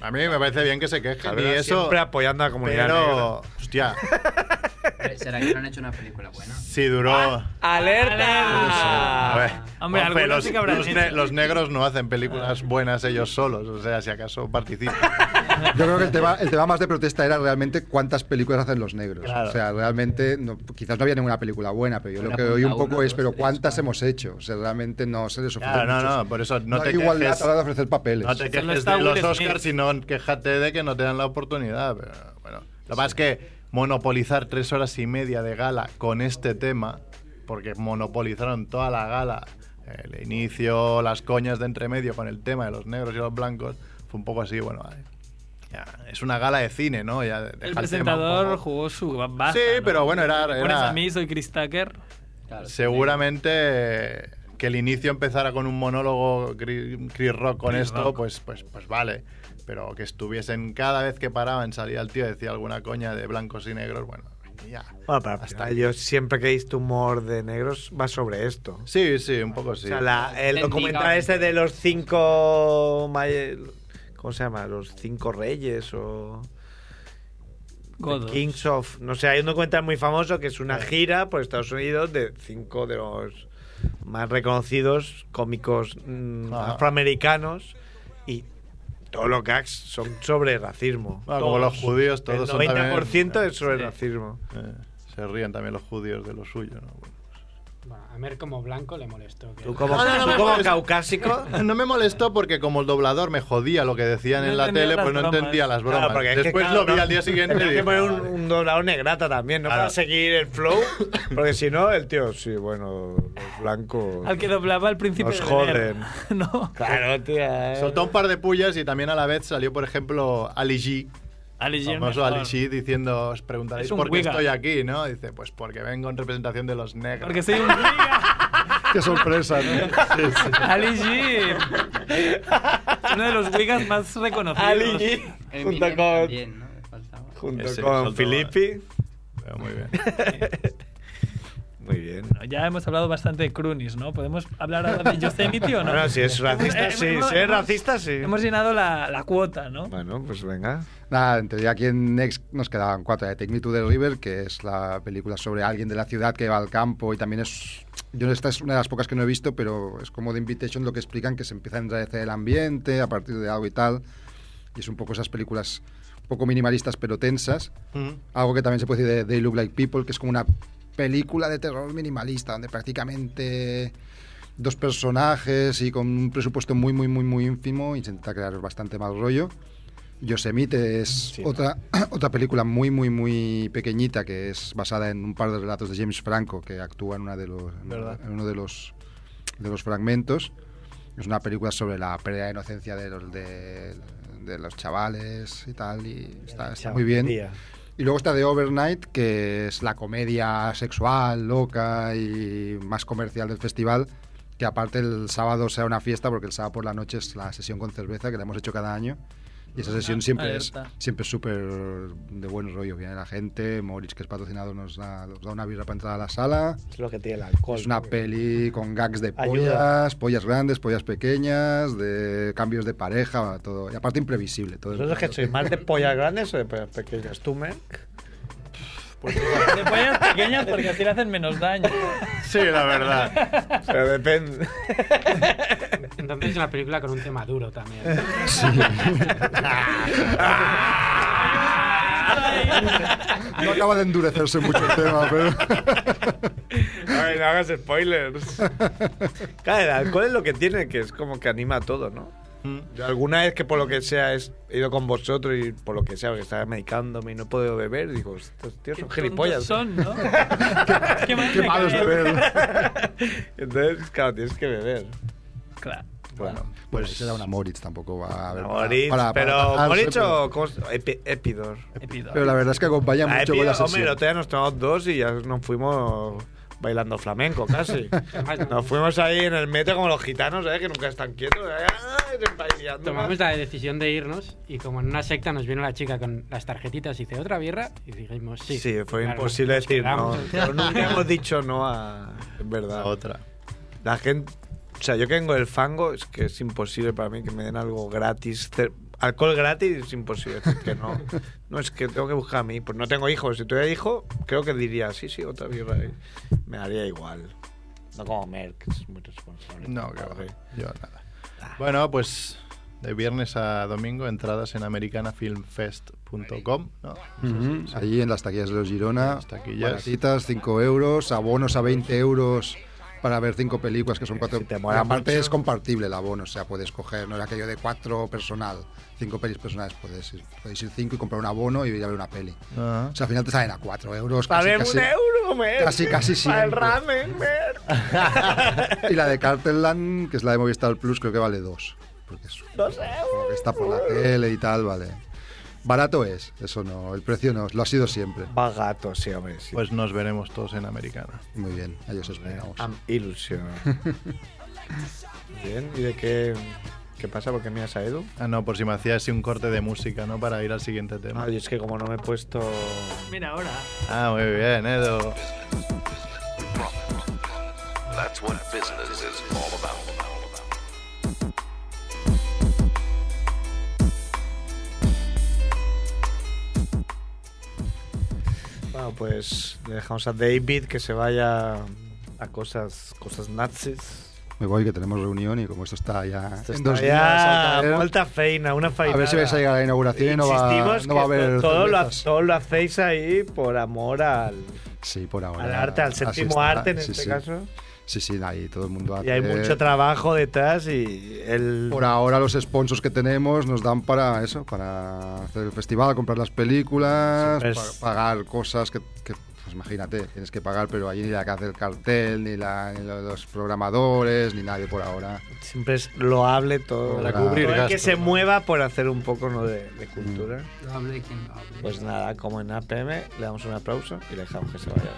Speaker 4: a mí me parece bien que se quejen y
Speaker 1: Javiola
Speaker 4: eso...
Speaker 1: siempre apoyando a la comunidad negra.
Speaker 4: Pero, hostia,
Speaker 7: ¿Será que no han hecho una película buena?
Speaker 4: sí duró...
Speaker 1: Ah.
Speaker 2: ¡Alerta!
Speaker 4: A ver,
Speaker 2: Hombre,
Speaker 4: Juanfe,
Speaker 2: algunos
Speaker 4: los,
Speaker 2: sí que habrán
Speaker 4: los
Speaker 2: hecho.
Speaker 4: ne- los negros no hacen películas buenas ellos solos, o sea, si acaso participan.
Speaker 8: Yo creo que el tema, el tema más de protesta era realmente cuántas películas hacen los negros.
Speaker 4: Claro.
Speaker 8: O sea, realmente, no- quizás no había ninguna película buena, pero yo
Speaker 7: Bueno,
Speaker 8: lo que oí un
Speaker 7: apunta
Speaker 8: poco
Speaker 7: una,
Speaker 8: es,
Speaker 7: dos,
Speaker 8: pero
Speaker 7: tres,
Speaker 8: ¿cuántas hemos hecho? O sea, realmente no se les ofrece
Speaker 4: Claro, no, no, por eso no, te
Speaker 8: igualdad
Speaker 4: quejes,
Speaker 8: a la hora de ofrecer papeles.
Speaker 4: no te
Speaker 2: Solo
Speaker 4: quejes
Speaker 2: está
Speaker 4: de los
Speaker 2: Will Smith.
Speaker 4: Oscars, sino quejate de que no te dan la oportunidad. Pero, bueno, lo más que monopolizar tres horas y media de gala con este tema, porque monopolizaron toda la gala, el inicio, las coñas de entremedio con el tema de los negros y los blancos, fue un poco así, bueno, ay, ya, es una gala de cine, ¿no? Ya deja
Speaker 2: El
Speaker 4: tema un
Speaker 2: presentador
Speaker 4: poco.
Speaker 2: jugó su baza.
Speaker 4: Sí, pero bueno, era-
Speaker 2: Me
Speaker 4: era-
Speaker 2: pones a mí, soy Chris Tucker.
Speaker 4: Seguramente eh, que el inicio empezara con un monólogo Chris Chris Rock con
Speaker 2: Chris
Speaker 4: esto,
Speaker 2: Rock.
Speaker 4: Pues, pues, pues vale. Pero que estuviesen cada vez que paraban, salía el tío y decía alguna coña de blancos y negros, bueno, ya.
Speaker 1: Bueno, pero
Speaker 4: Hasta
Speaker 1: está,
Speaker 4: ahí.
Speaker 1: yo siempre que he visto humor de negros va sobre esto.
Speaker 4: Sí, sí, un poco sí.
Speaker 1: O sea, la- el
Speaker 7: Técnicamente.
Speaker 1: documental este de los cinco... may- ¿Cómo se llama? Los cinco reyes o...
Speaker 2: Godos.
Speaker 1: Kings of... No sé, hay un documental muy famoso que es una gira por Estados Unidos de cinco de los más reconocidos cómicos mm,
Speaker 4: Ajá.
Speaker 1: afroamericanos y todos los gags son sobre racismo.
Speaker 4: Bueno, Ah, como los judíos,
Speaker 1: El
Speaker 4: todos son
Speaker 1: 90%
Speaker 4: también-
Speaker 1: es sobre
Speaker 2: Sí.
Speaker 1: racismo.
Speaker 4: Eh, se ríen también los judíos de lo suyo, ¿no? Bueno,
Speaker 3: Bueno, a Mer como blanco le molestó. que-
Speaker 1: Tú como,
Speaker 4: No, no, no
Speaker 1: tú
Speaker 4: me
Speaker 1: como
Speaker 4: jodas.
Speaker 1: caucásico.
Speaker 4: No me molestó porque como el doblador me jodía lo que decían
Speaker 2: No
Speaker 4: en la
Speaker 2: entendía
Speaker 4: tele,
Speaker 2: las
Speaker 4: pues no
Speaker 2: bromas.
Speaker 4: entendía las
Speaker 1: Claro,
Speaker 4: bromas.
Speaker 1: porque es que,
Speaker 4: Después
Speaker 1: claro,
Speaker 4: lo vi
Speaker 1: no-
Speaker 4: al día siguiente y
Speaker 1: Tendrás que
Speaker 4: dije,
Speaker 1: poner un,
Speaker 4: "Vale".
Speaker 1: un doblador negrata también, ¿no?
Speaker 4: Claro.
Speaker 1: Para seguir el flow. Porque si no, el tío, sí, bueno, los blancos.
Speaker 2: Al que doblaba al príncipe
Speaker 1: Nos
Speaker 2: de Beler. no.
Speaker 1: Claro, tía. eh.
Speaker 4: Soltó un par de pullas y también a la vez salió, por ejemplo, Ali G,
Speaker 2: Ali G
Speaker 4: famoso
Speaker 2: mejor.
Speaker 4: Ali G, diciendo, os preguntaréis
Speaker 2: Es un
Speaker 4: por qué
Speaker 2: Wicca.
Speaker 4: estoy aquí, ¿no? Dice, pues porque vengo en representación de los negros.
Speaker 2: Porque soy un giga.
Speaker 4: Qué sorpresa, ¿no? Sí, sí.
Speaker 2: Ali G. Uno de los wigas más reconocidos.
Speaker 1: Ali G, junto
Speaker 7: Eminem
Speaker 1: con,
Speaker 7: también, ¿no? Le faltaba.
Speaker 1: junto
Speaker 4: Ese,
Speaker 1: con
Speaker 4: soltó-
Speaker 1: Filippi.
Speaker 4: Pero muy bien.
Speaker 1: Muy bien.
Speaker 2: Ya hemos hablado bastante de Croonies, ¿no? ¿Podemos hablar ahora de Yosemite o no?
Speaker 1: Bueno, si es racista,
Speaker 2: Eh,
Speaker 1: sí.
Speaker 2: hemos-
Speaker 1: Si es
Speaker 2: hemos-
Speaker 1: racista, sí.
Speaker 2: Hemos llenado la, la cuota, ¿no?
Speaker 1: Bueno, pues venga.
Speaker 8: Nada, en teoría aquí en Next nos quedaban cuatro. de Take Me to the River, que es la película sobre alguien de la ciudad que va al campo y también es... Yo esta es una de las pocas que no he visto, pero es como de Invitation lo que explican que se empieza a enrarecer el ambiente a partir de algo y tal. Y es un poco esas películas un poco minimalistas pero tensas.
Speaker 2: Mm.
Speaker 8: Algo que también se puede decir de They Look Like People, que es como una película de terror minimalista, donde prácticamente dos personajes y con un presupuesto muy, muy, muy, muy ínfimo intenta crear bastante mal rollo. Yosemite es
Speaker 1: ¿no?
Speaker 8: otra, otra película muy, muy, muy pequeñita que es basada en un par de relatos de James Franco que actúa en, una de los, en
Speaker 4: ¿Verdad?
Speaker 8: uno de los, de los fragmentos. Es una película sobre la pérdida de inocencia de los, de, de los chavales y tal, y está, está muy bien.
Speaker 1: Tía.
Speaker 8: Y luego está The Overnight, que es la comedia sexual, loca y más comercial del festival. Que aparte el sábado sea una fiesta, porque el sábado por la noche es la sesión con cerveza que la hemos hecho cada año. Y esa sesión
Speaker 2: Ah,
Speaker 8: siempre es
Speaker 2: alerta.
Speaker 8: siempre es súper de buen rollo. Viene la gente, Moritz, que es patrocinado, nos da, nos da una birra para entrar a la sala.
Speaker 1: Es lo que tiene el alcohol.
Speaker 8: Es una peli con gags de pollas,
Speaker 1: Pues Ayuda.
Speaker 8: pollas grandes, pollas pequeñas, de cambios de pareja, todo. Y aparte imprevisible. Todo
Speaker 1: ¿Vosotros Pues que sois más de pollas grandes o de pollas pequeñas? ¿Tú, Merck? Pues
Speaker 2: De pollas pequeñas porque así le hacen menos daño.
Speaker 4: Sí, la verdad.
Speaker 1: O sea, depende.
Speaker 3: Entonces es una película con un tema duro también.
Speaker 8: No acaba de endurecerse mucho el tema, pero.
Speaker 1: Ay, no hagas spoilers. Claro, el alcohol es lo que tiene, que es como que anima todo, ¿no?
Speaker 2: Mm.
Speaker 1: Yo alguna vez que por lo que sea es- he ido con vosotros y por lo que sea, porque estaba medicándome y no he podido beber, digo, estos tíos son
Speaker 2: Qué
Speaker 1: gilipollas.
Speaker 2: tontos Son, ¿no? mal
Speaker 8: Qué
Speaker 2: me
Speaker 8: malos
Speaker 2: caen.
Speaker 8: beber.
Speaker 1: Entonces, claro, tienes que beber.
Speaker 2: Claro.
Speaker 1: Bueno,
Speaker 8: Pues se da una Moritz, tampoco va a haber.
Speaker 1: Moritz,
Speaker 8: para- para-
Speaker 1: pero
Speaker 8: para-
Speaker 1: Moritz
Speaker 8: pero-
Speaker 1: o ¿cómo se- Epi- Epidor.
Speaker 2: Epido.
Speaker 8: Pero la verdad es que acompaña
Speaker 1: Ah,
Speaker 8: mucho con
Speaker 1: Epidor, hombre,
Speaker 8: la
Speaker 1: el
Speaker 8: sesión.
Speaker 1: otro día nos tomamos dos y ya nos fuimos bailando flamenco casi.
Speaker 3: Además,
Speaker 1: Nos fuimos ahí en el metro como los gitanos, ¿sabes? Que nunca están quietos. ¿eh? Ay, se baileando.
Speaker 3: Tomamos la decisión de irnos y como en una secta nos vino la chica con las tarjetitas y dice otra birra y dijimos sí.
Speaker 1: Sí, fue
Speaker 3: Claro,
Speaker 1: imposible
Speaker 3: nos
Speaker 1: decir no.
Speaker 3: quedamos.
Speaker 1: Pero nunca hemos dicho no a. Es verdad.
Speaker 4: La otra.
Speaker 1: La gente. O sea, yo que vengo del fango, es que es imposible para mí que me den algo gratis. Cer- Alcohol gratis es imposible. decir que no. No, es que tengo que buscar a mí. Pues no tengo hijos. Si tuviera hijo, creo que diría, sí, sí, otra birra. y Me daría igual. No como Merck, que es muy responsable.
Speaker 4: No, que va. Yo nada.
Speaker 2: Ah.
Speaker 4: Bueno, pues de viernes a domingo, entradas en americanafilmfest.com, ¿no?
Speaker 8: Ujú, Allí en las taquillas de los Girona.
Speaker 4: Las taquillas.
Speaker 8: Baratitas, 5 euros, abonos a 20 euros para ver cinco películas que son cuatro.
Speaker 1: Si te mola
Speaker 8: aparte
Speaker 1: mucho.
Speaker 8: es compartible el abono, o sea, puedes coger, no era aquello de cuatro personal, cinco pelis personales, puedes ir, puedes ir cinco y comprar un abono y ir a ver una peli.
Speaker 4: Ah.
Speaker 8: O sea, al final te salen a cuatro euros.
Speaker 1: Para
Speaker 8: casi,
Speaker 1: ver
Speaker 8: casi.
Speaker 1: un euro, Merck.
Speaker 8: casi, casi
Speaker 1: Para el
Speaker 8: siempre.
Speaker 1: ramen, Merck.
Speaker 8: Y la de Cartelland, que es la de Movistar Plus, creo que vale 2. Porque es,
Speaker 1: Dos
Speaker 8: como
Speaker 1: euros.
Speaker 8: que está por la tele y tal, vale. Barato es, eso no, el precio no, lo ha sido siempre.
Speaker 1: Va gato, sí, hombre. sí.
Speaker 4: Pues nos veremos todos en Americana.
Speaker 8: Muy bien, ahí os esperamos.
Speaker 1: Am ilusión. Bien, ¿y de qué, qué pasa? ¿Por qué miras a Edu?
Speaker 4: Ah, no, por si me hacía así un corte de música, ¿no? Para ir al siguiente tema.
Speaker 1: Ah, yo es que como no me he puesto...
Speaker 2: Mira ahora.
Speaker 4: Ah, muy bien, Edo.
Speaker 10: That's what business is all about.
Speaker 1: Bueno, pues le dejamos a David que se vaya a cosas cosas nazis.
Speaker 8: Me voy que tenemos reunión y como esto está ya
Speaker 1: Esto
Speaker 8: en
Speaker 1: está
Speaker 8: dos días
Speaker 1: ya,
Speaker 8: al caer,
Speaker 1: falta feina, una feina.
Speaker 8: a ver si vais a llegar a la inauguración y no va,
Speaker 1: Insistimos
Speaker 8: no va a
Speaker 1: que
Speaker 8: haber
Speaker 1: todo lo,
Speaker 8: cervezas.
Speaker 1: todo lo hacéis ahí por amor al...
Speaker 8: Sí, por ahora.
Speaker 1: Al arte, al
Speaker 8: así
Speaker 1: séptimo
Speaker 8: está.
Speaker 1: arte en
Speaker 8: Sí,
Speaker 1: este
Speaker 8: sí.
Speaker 1: caso.
Speaker 8: Sí, sí, ahí todo el mundo hace.
Speaker 1: Y hay mucho trabajo detrás y el...
Speaker 8: Por ahora los sponsors que tenemos nos dan para eso, para hacer el festival, comprar las películas,
Speaker 1: Sí, pues-
Speaker 8: pa- pagar cosas que, que, pues imagínate, tienes que pagar, pero ahí ni la que hace el cartel, ni, la- ni lo- los programadores, ni nadie por ahora.
Speaker 1: Siempre es loable todo.
Speaker 8: Para cubrir
Speaker 1: todo el que
Speaker 8: gastos,
Speaker 1: se
Speaker 8: ¿no?
Speaker 1: mueva por hacer un poco ¿no? de, de cultura.
Speaker 2: Mm.
Speaker 7: Lo hable quien lo hable.
Speaker 1: Pues nada, como en APM, le damos un aplauso y le dejamos que se vaya.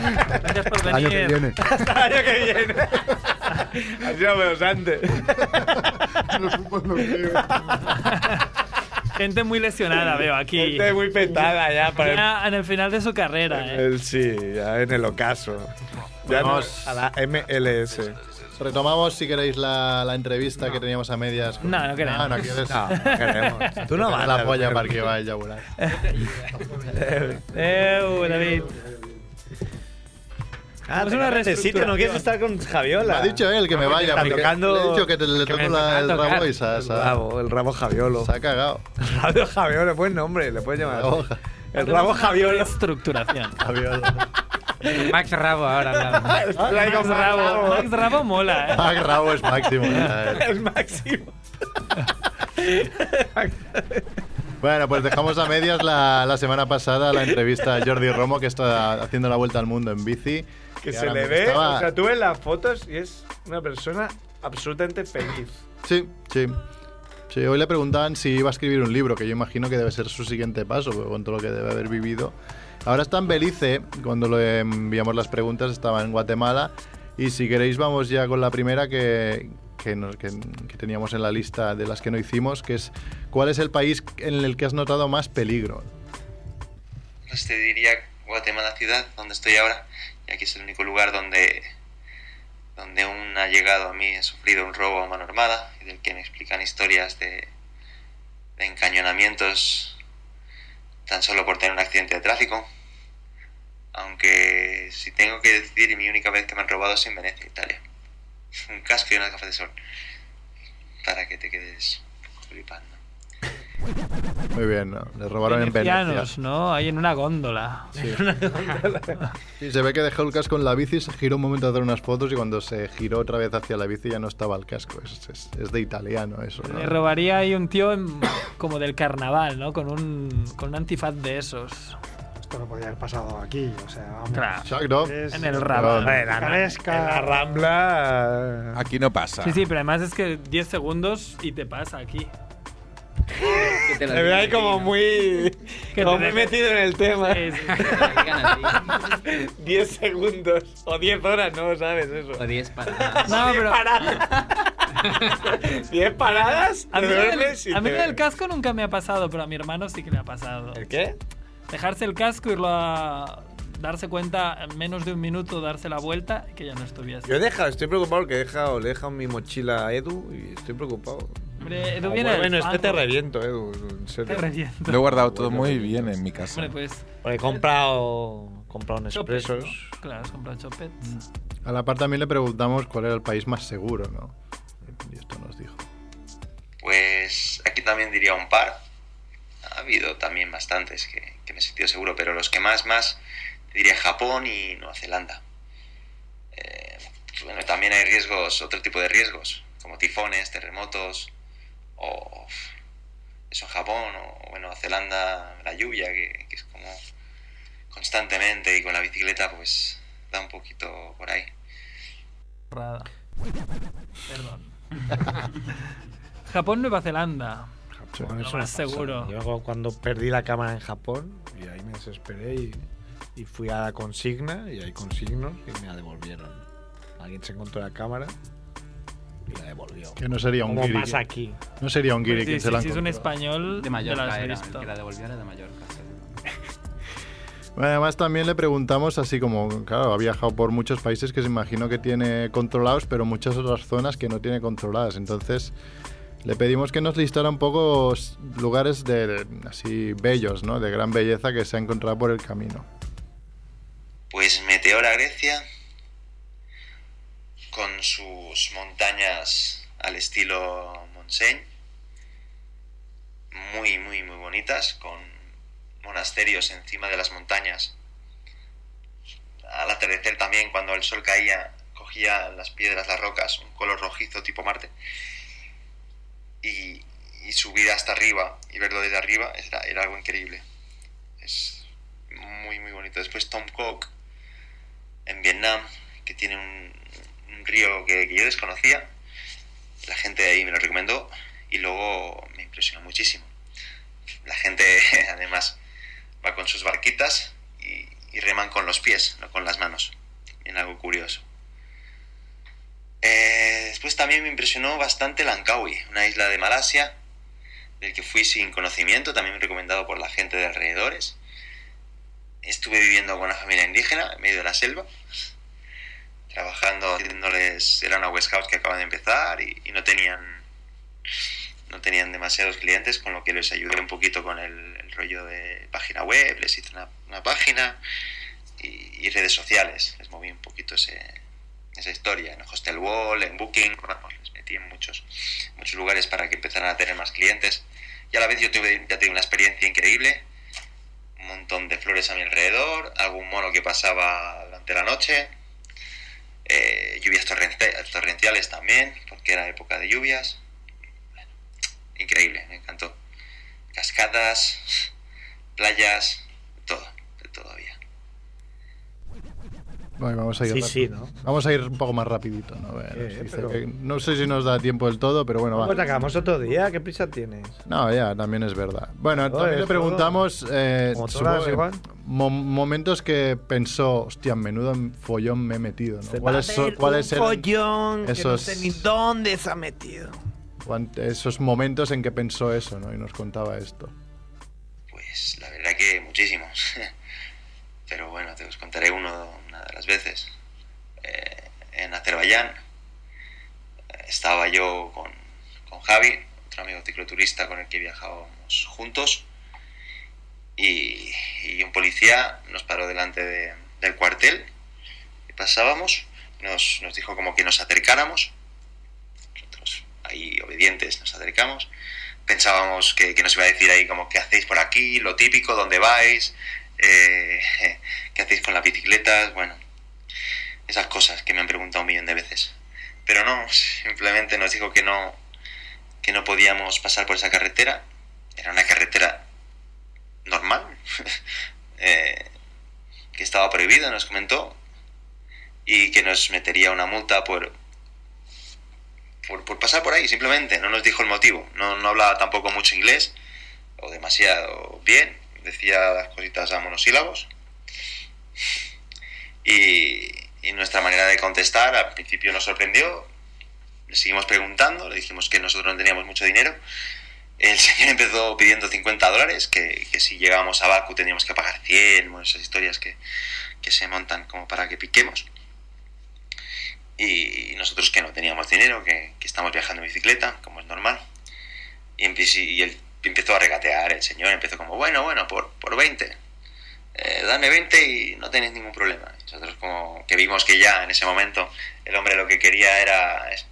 Speaker 2: Gracias por
Speaker 8: El año que
Speaker 2: venir.
Speaker 8: viene.
Speaker 1: Hasta el año que viene. Así no menos antes.
Speaker 2: Gente muy lesionada veo aquí.
Speaker 1: Gente muy petada ya para el-
Speaker 2: Ya en el final de su carrera. ¿eh?
Speaker 1: el- sí, ya en el ocaso. Ya
Speaker 4: Vamos.
Speaker 1: no- a la MLS.
Speaker 4: Retomamos, si queréis, la, la entrevista que teníamos a medias. con-
Speaker 2: No, no queremos.
Speaker 4: Ah, no quieres.
Speaker 1: No, no queremos. Tú no vas
Speaker 4: la
Speaker 1: a-
Speaker 4: polla para que vaya a volar.
Speaker 1: Eh,
Speaker 2: Eu, David.
Speaker 1: Ah,
Speaker 2: Es
Speaker 1: te
Speaker 2: una
Speaker 1: cambias de sitio, no quieres estar con
Speaker 4: Me
Speaker 1: Javiola.
Speaker 4: ha dicho él que me vaya.
Speaker 1: Está
Speaker 4: porque
Speaker 1: tocando-
Speaker 4: Le he dicho que te- le
Speaker 3: que me
Speaker 4: toco la-
Speaker 3: van
Speaker 4: el
Speaker 3: a tocar.
Speaker 4: rabo y se ha-
Speaker 1: El
Speaker 4: se ha
Speaker 1: rabo, el rabo Javiolo.
Speaker 4: se ha cagado.
Speaker 1: Rabio Javiola, buen nombre, le puedes llamar.
Speaker 4: Rabo
Speaker 1: así. El rabo Javiola.
Speaker 2: Estructuración.
Speaker 3: Max Rabo ahora hablando.
Speaker 2: Max Rabo. Max Rabo mola, ¿eh?
Speaker 4: Mac Rabo es máximo. ya, eh.
Speaker 1: El máximo.
Speaker 4: Bueno, pues dejamos a medias la, la semana pasada la entrevista a Jordi Romo, que está haciendo la vuelta al mundo en bici.
Speaker 1: Que
Speaker 4: Y
Speaker 1: se
Speaker 4: ahora
Speaker 1: le
Speaker 4: mismo
Speaker 1: ve.
Speaker 4: estaba-
Speaker 1: O sea, tú ves las fotos y es una persona absolutamente feliz.
Speaker 4: Sí, sí. Sí, hoy le preguntaban si iba a escribir un libro, que yo imagino que debe ser su siguiente paso, porque con todo lo que debe haber vivido. Ahora está en Belice, cuando le enviamos las preguntas estaba en Guatemala. Y si queréis vamos ya con la primera que, Eh, que nos- que- que teníamos en la lista de las que no hicimos, que es ¿cuál es el país en el que has notado más peligro?
Speaker 11: Pues te diría Guatemala ciudad, donde estoy ahora, ya que es el único lugar donde, donde un allegado a mí ha sufrido un robo a mano armada, y del que me explican historias de, de encañonamientos tan solo por tener un accidente de tráfico. Aunque si tengo que decidir, mi única vez que me han robado es en Venecia, Italia. Un casco y unas gafas de sol. Para que te quedes un poco flipando.
Speaker 4: Muy bien, ¿no? le robaron en Venecia.
Speaker 2: Venecianos, ¿no? Ahí en una góndola.
Speaker 4: Y se ve que dejó el casco en la bici, se giró un momento a hacer unas fotos y cuando se giró otra vez hacia la bici ya no estaba el casco. Es, es- es de italiano eso. ¿no?
Speaker 2: Le robaría ahí un tío en- como del carnaval, ¿no? Con un, con un antifaz de esos.
Speaker 9: Esto no podía haber pasado aquí, o sea, vamos.
Speaker 2: Claro.
Speaker 4: Exacto.
Speaker 9: Es
Speaker 2: En el
Speaker 4: Perdón.
Speaker 2: rabo.
Speaker 9: picaresca.
Speaker 1: La Rambla.
Speaker 5: Aquí no pasa.
Speaker 2: Sí, sí, pero además es que 10 segundos y te pasa aquí.
Speaker 7: Que te lo
Speaker 1: Se ve
Speaker 7: digan
Speaker 1: ahí
Speaker 7: a
Speaker 1: como
Speaker 7: ti,
Speaker 1: muy.
Speaker 2: Que
Speaker 1: como muy
Speaker 2: te deje-
Speaker 1: metido en el tema.
Speaker 2: Sí, sí.
Speaker 7: ¿no? Que te lo digan a ti.
Speaker 1: 10 segundos o 10 horas, no sabes eso.
Speaker 7: O 10 paradas.
Speaker 2: No, pero.
Speaker 1: paradas. 10 paradas.
Speaker 2: A mí,
Speaker 1: te
Speaker 2: lo del-
Speaker 1: duermes y
Speaker 2: a mí
Speaker 1: te-
Speaker 2: lo del casco nunca me ha pasado, pero a mi hermano sí que le ha pasado.
Speaker 1: ¿El qué?
Speaker 2: Dejarse el casco, irlo a darse cuenta en menos de un minuto, darse la vuelta y que ya no estuviese.
Speaker 1: Yo he dejado, estoy preocupado porque he dejado, le he dejado mi mochila a Edu y estoy preocupado.
Speaker 2: Hombre, Edu
Speaker 1: Ah, bueno,
Speaker 2: viene del
Speaker 1: bueno, es que
Speaker 2: banco.
Speaker 1: te reviento, Edu, en
Speaker 2: Te
Speaker 1: serio.
Speaker 2: reviento.
Speaker 5: Lo he guardado todo muy bien en mi casa.
Speaker 2: Hombre, pues.
Speaker 1: Porque he comprado, he comprado un
Speaker 2: chopets,
Speaker 1: expresos.
Speaker 2: ¿no? Claro, has comprado chopets.
Speaker 4: A la par también le preguntamos cuál era el país más seguro, ¿no? Y esto nos dijo.
Speaker 11: Pues aquí también diría un par. Ha habido también bastantes que, que me he sentido seguro, pero los que más, más, te diría Japón y Nueva Zelanda. Eh, bueno, también hay riesgos, otro tipo de riesgos, como tifones, terremotos, o eso en Japón, o en Nueva Zelanda, la lluvia, que, que es como constantemente y con la bicicleta, pues da un poquito por ahí.
Speaker 2: Rada. Perdón. Japón, Nueva Zelanda.
Speaker 1: Bueno,
Speaker 2: Lo
Speaker 1: eso
Speaker 2: más
Speaker 1: me pasa.
Speaker 2: seguro. Pues
Speaker 1: Yo cuando perdí la cámara en Japón, y ahí me desesperé y, y fui a la consigna, y hay consignos, y me la devolvieron. Alguien se encontró la cámara y la devolvió.
Speaker 4: Que no sería un
Speaker 1: Como
Speaker 4: guiri.
Speaker 1: pasa aquí.
Speaker 4: No sería un guiri
Speaker 2: Sí,
Speaker 4: quien
Speaker 2: sí,
Speaker 4: se la
Speaker 2: si es un
Speaker 4: encontró.
Speaker 2: español,
Speaker 7: De
Speaker 2: ya lo
Speaker 7: Mallorca
Speaker 2: has
Speaker 7: era, el
Speaker 2: visto.
Speaker 7: que la devolvió era de Mallorca. seguro.
Speaker 4: Bueno, Además también le preguntamos así como, claro, ha viajado por muchos países que se imagino que tiene controlados, pero muchas otras zonas que no tiene controladas. Entonces le pedimos que nos listara un poco s- lugares de, de- así bellos, ¿no? De gran belleza que se ha encontrado por el camino.
Speaker 11: Pues Meteora Grecia, con sus montañas al estilo Montseny, muy, muy, muy bonitas, con monasterios encima de las montañas al atardecer también, cuando el sol caía, cogía las piedras, las rocas, un color rojizo tipo Marte, y, y subir hasta arriba y verlo desde arriba era, era algo increíble. Es muy, muy bonito. Después Tom Cook, en Vietnam, que tiene un, un río que, que yo desconocía, la gente de ahí me lo recomendó y luego me impresionó muchísimo. La gente, además, va con sus barquitas y, y reman con los pies, no con las manos. En algo curioso. Eh, después también me impresionó bastante Langkawi, una isla de Malasia, del que fui sin conocimiento, también recomendado por la gente de alrededores. Estuve viviendo con una familia indígena en medio de la selva, trabajando, haciéndoles, era una West House que acaban de empezar y, y no tenían no tenían demasiados clientes, con lo que les ayudé un poquito con el, el rollo de página web, les hice una, una página y, y redes sociales, les moví un poquito ese, esa historia, en Hostel Wall, en Booking, vamos, les metí en muchos, muchos lugares para que empezaran a tener más clientes. Y a la vez yo tuve, ya tuve una experiencia increíble, un montón de flores a mi alrededor, algún mono que pasaba durante la noche, eh, lluvias torrente- torrenciales también, porque era época de lluvias. Bueno, increíble, me encantó. Cascadas, playas, de todo, de todo había.
Speaker 8: Bueno, vamos a ir
Speaker 1: Sí,
Speaker 8: rápido.
Speaker 1: sí, ¿no?
Speaker 8: Vamos a ir un poco más rapidito. ¿no? A ver,
Speaker 1: Eh,
Speaker 8: nos dice
Speaker 1: pero-
Speaker 8: que- no sé si nos da tiempo del todo, pero bueno, va.
Speaker 1: Pues acabamos otro día, ¿qué prisa tienes?
Speaker 8: No, ya, también es verdad. Bueno,
Speaker 1: Joder,
Speaker 8: también le
Speaker 1: todo.
Speaker 8: preguntamos eh,
Speaker 1: Como todas,
Speaker 8: supongo que
Speaker 1: igual.
Speaker 8: mo- momentos que pensó, hostia, menudo follón me he metido. ¿no? ¿Cuáles son cuáles eran esos,
Speaker 1: dónde se ha metido.
Speaker 8: cuan- esos momentos en que pensó eso ¿no? y nos contaba esto?
Speaker 11: Pues la verdad que muchísimos. Pero bueno, te os contaré uno una de las veces. Eh, en Azerbaiyán eh, estaba yo con, con Javi, otro amigo cicloturista con el que viajábamos juntos, y, y un policía nos paró delante de- del cuartel que pasábamos, nos, nos dijo como que nos acercáramos, nosotros ahí obedientes nos acercamos, pensábamos que, que nos iba a decir ahí como qué hacéis por aquí, lo típico, dónde vais, Eh, qué hacéis con las bicicletas, bueno, esas cosas que me han preguntado un millón de veces. Pero no, simplemente nos dijo que no, que no podíamos pasar por esa carretera, era una carretera normal, eh, que estaba prohibida, nos comentó, y que nos metería una multa por, por, por pasar por ahí, simplemente. No nos dijo el motivo. No, no hablaba tampoco mucho inglés, o demasiado bien. Decía las cositas a monosílabos. Y, y nuestra manera de contestar al principio nos sorprendió. Le seguimos preguntando, le dijimos que nosotros no teníamos mucho dinero. El señor empezó pidiendo 50 dólares, que, que si llegábamos a Baku teníamos que pagar 100, bueno, esas historias que, que se montan como para que piquemos y nosotros que no teníamos dinero, que, que estamos viajando en bicicleta, como es normal. Y, empe- y él empezó a regatear, el señor empezó como, bueno, bueno, por, por 20. Eh, dame 20 y no tenéis ningún problema. Y Nosotros como que vimos que ya en ese momento el hombre lo que quería era es-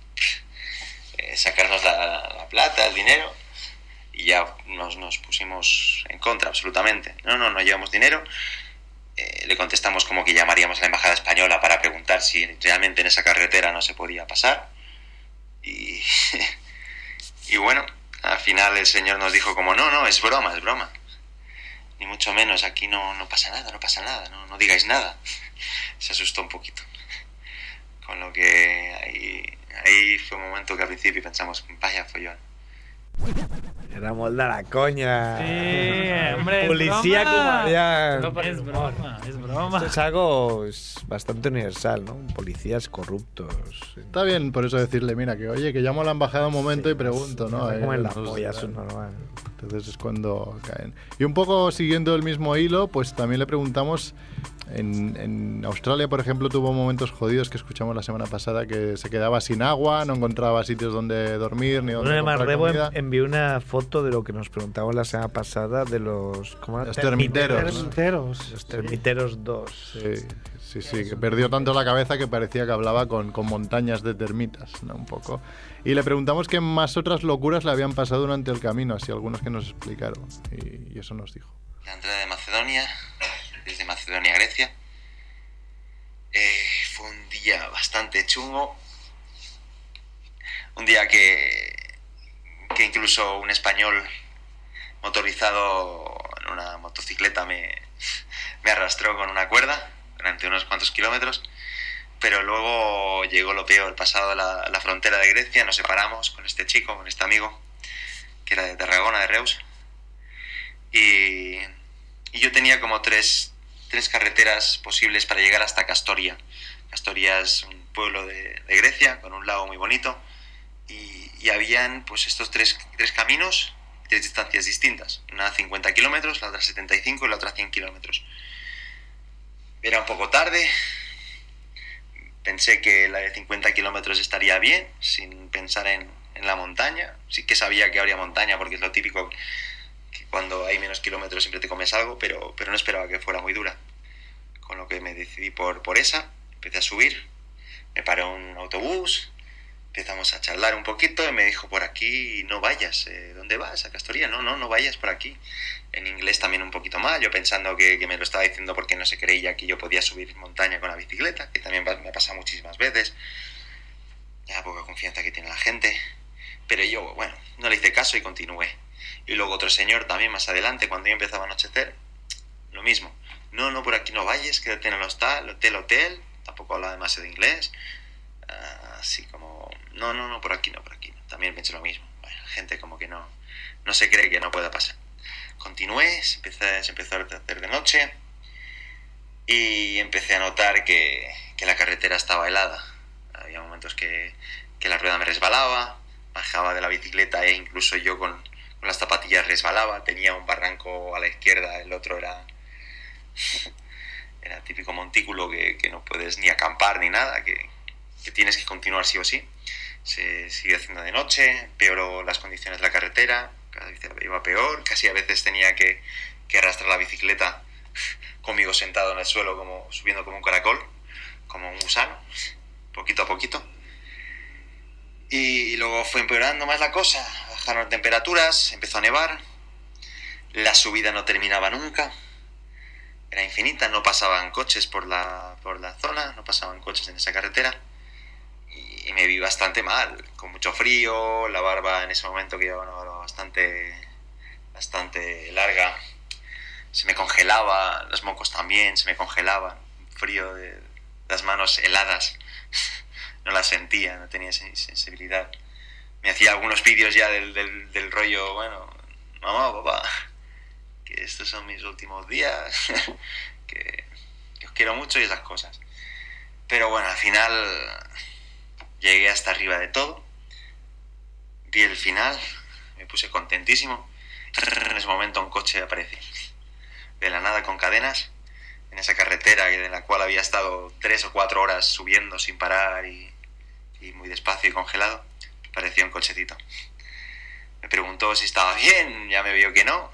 Speaker 11: eh, sacarnos la, la plata, el dinero, y ya nos, nos pusimos en contra absolutamente. No, no, no llevamos dinero, eh, le contestamos como que llamaríamos a la embajada española para preguntar si realmente en esa carretera no se podía pasar. Y, y bueno, al final el señor nos dijo como no, no, es broma, es broma. Ni mucho menos, aquí no, no pasa nada, no pasa nada, no, no digáis nada. Se asustó un poquito. Con lo que ahí, ahí fue un momento que al principio pensamos, vaya follón.
Speaker 1: Era molda la coña.
Speaker 2: Sí, hombre, es
Speaker 1: Policía
Speaker 2: broma.
Speaker 1: cubana.
Speaker 2: Todo por el pues, Es humor. broma, es broma.
Speaker 1: Esto es algo es, bastante universal, ¿no? Policías corruptos. eh.
Speaker 8: Está bien por eso decirle, mira, que oye, que llamo a la embajada un momento y pregunto, ¿no?
Speaker 1: se
Speaker 8: Eh,
Speaker 1: comen la
Speaker 8: entonces,
Speaker 1: polla, eso es normal.
Speaker 8: Entonces es cuando caen. Y un poco siguiendo el mismo hilo, pues también le preguntamos, en, en Australia, por ejemplo, tuvo momentos jodidos que escuchamos la semana pasada que se quedaba sin agua, no encontraba sitios donde dormir, ni
Speaker 1: Bueno,
Speaker 8: donde
Speaker 1: además,
Speaker 8: comprar
Speaker 1: Rebo
Speaker 8: comida.
Speaker 1: en- envió una foto de lo que nos preguntamos la semana pasada de los. ¿Cómo era?
Speaker 8: Los termiteros, ¿no?
Speaker 1: Termiteros. Los termiteros 2.
Speaker 8: Sí, sí, sí, que perdió tanto la cabeza que parecía que hablaba con, con montañas de termitas, ¿no? Un poco. Y le preguntamos qué más otras locuras le habían pasado durante el camino, así algunos que nos explicaron. Y, y eso nos dijo.
Speaker 11: la entrada de Macedonia, desde Macedonia a Grecia. Eh, fue un día bastante chungo. Un día que, que incluso un español motorizado en una motocicleta me, me arrastró con una cuerda durante unos cuantos kilómetros. Pero luego llegó lo peor, pasado la, la frontera de Grecia, nos separamos con este chico, con este amigo, que era de Tarragona, de Reus. Y, y yo tenía como tres, tres carreteras posibles para llegar hasta Castoria. Castoria es un pueblo de, de Grecia con un lago muy bonito y, y habían pues estos tres, tres caminos, tres distancias distintas, una a 50 kilómetros, la otra a 75 y la otra a 100 kilómetros. Era un poco tarde, pensé que la de 50 kilómetros estaría bien, sin pensar en, en la montaña, sí que sabía que habría montaña porque es lo típico que cuando hay menos kilómetros siempre te comes algo, pero, pero no esperaba que fuera muy dura. Con lo que me decidí por, por esa, empecé a subir, me paró un autobús, empezamos a charlar un poquito y me dijo, por aquí no vayas, eh, ¿dónde vas? ¿A Castoría? No, no, no vayas por aquí. En inglés también un poquito más, yo pensando que, que me lo estaba diciendo porque no se creía que yo podía subir montaña con la bicicleta, que también va- me ha pasado muchísimas veces. La poca confianza que tiene la gente. Pero yo, bueno, no le hice caso y continué. Y luego otro señor también más adelante, cuando ya empezaba a anochecer, lo mismo. No, no, por aquí no vayas, quédate en el hostal, hotel, hotel. Tampoco hablaba demasiado de inglés. Ah, así como, no, no, no, por aquí no, por aquí no. También pensé lo mismo. Bueno, gente como que no, no se cree que no pueda pasar. Continué, se, empecé- se empezó a hacer de noche y empecé a notar que, que la carretera estaba helada. Había momentos que, que la rueda me resbalaba, bajaba de la bicicleta e incluso yo con, con las zapatillas resbalaba, tenía un barranco a la izquierda, el otro era, era típico montículo que, que no puedes ni acampar ni nada, que, que tienes que continuar sí o sí. Se sigue haciendo de noche, peoró las condiciones de la carretera, cada vez iba peor, casi a veces tenía que, que arrastrar la bicicleta conmigo sentado en el suelo, como subiendo como un caracol, como un gusano, poquito a poquito. Y luego fue empeorando más la cosa. Bajaron temperaturas, empezó a nevar. La subida no terminaba nunca. Era infinita, no pasaban coches por la, por la zona, no pasaban coches en esa carretera. Y, y me vi bastante mal, con mucho frío, la barba en ese momento que llevaba una barba bastante, bastante larga. Se me congelaba, los mocos también se me congelaban. Frío, de, las manos heladas no la sentía, no tenía sen- sensibilidad. Me hacía algunos vídeos ya del, del, del rollo, bueno, mamá, papá, que estos son mis últimos días, que, que os quiero mucho y esas cosas. Pero bueno, al final llegué hasta arriba de todo, vi el final, me puse contentísimo. En ese momento un coche aparece, de la nada con cadenas, en esa carretera en la cual había estado tres o cuatro horas subiendo sin parar y y muy despacio y congelado, parecía un cochecito. Me preguntó si estaba bien, ya me vio que no,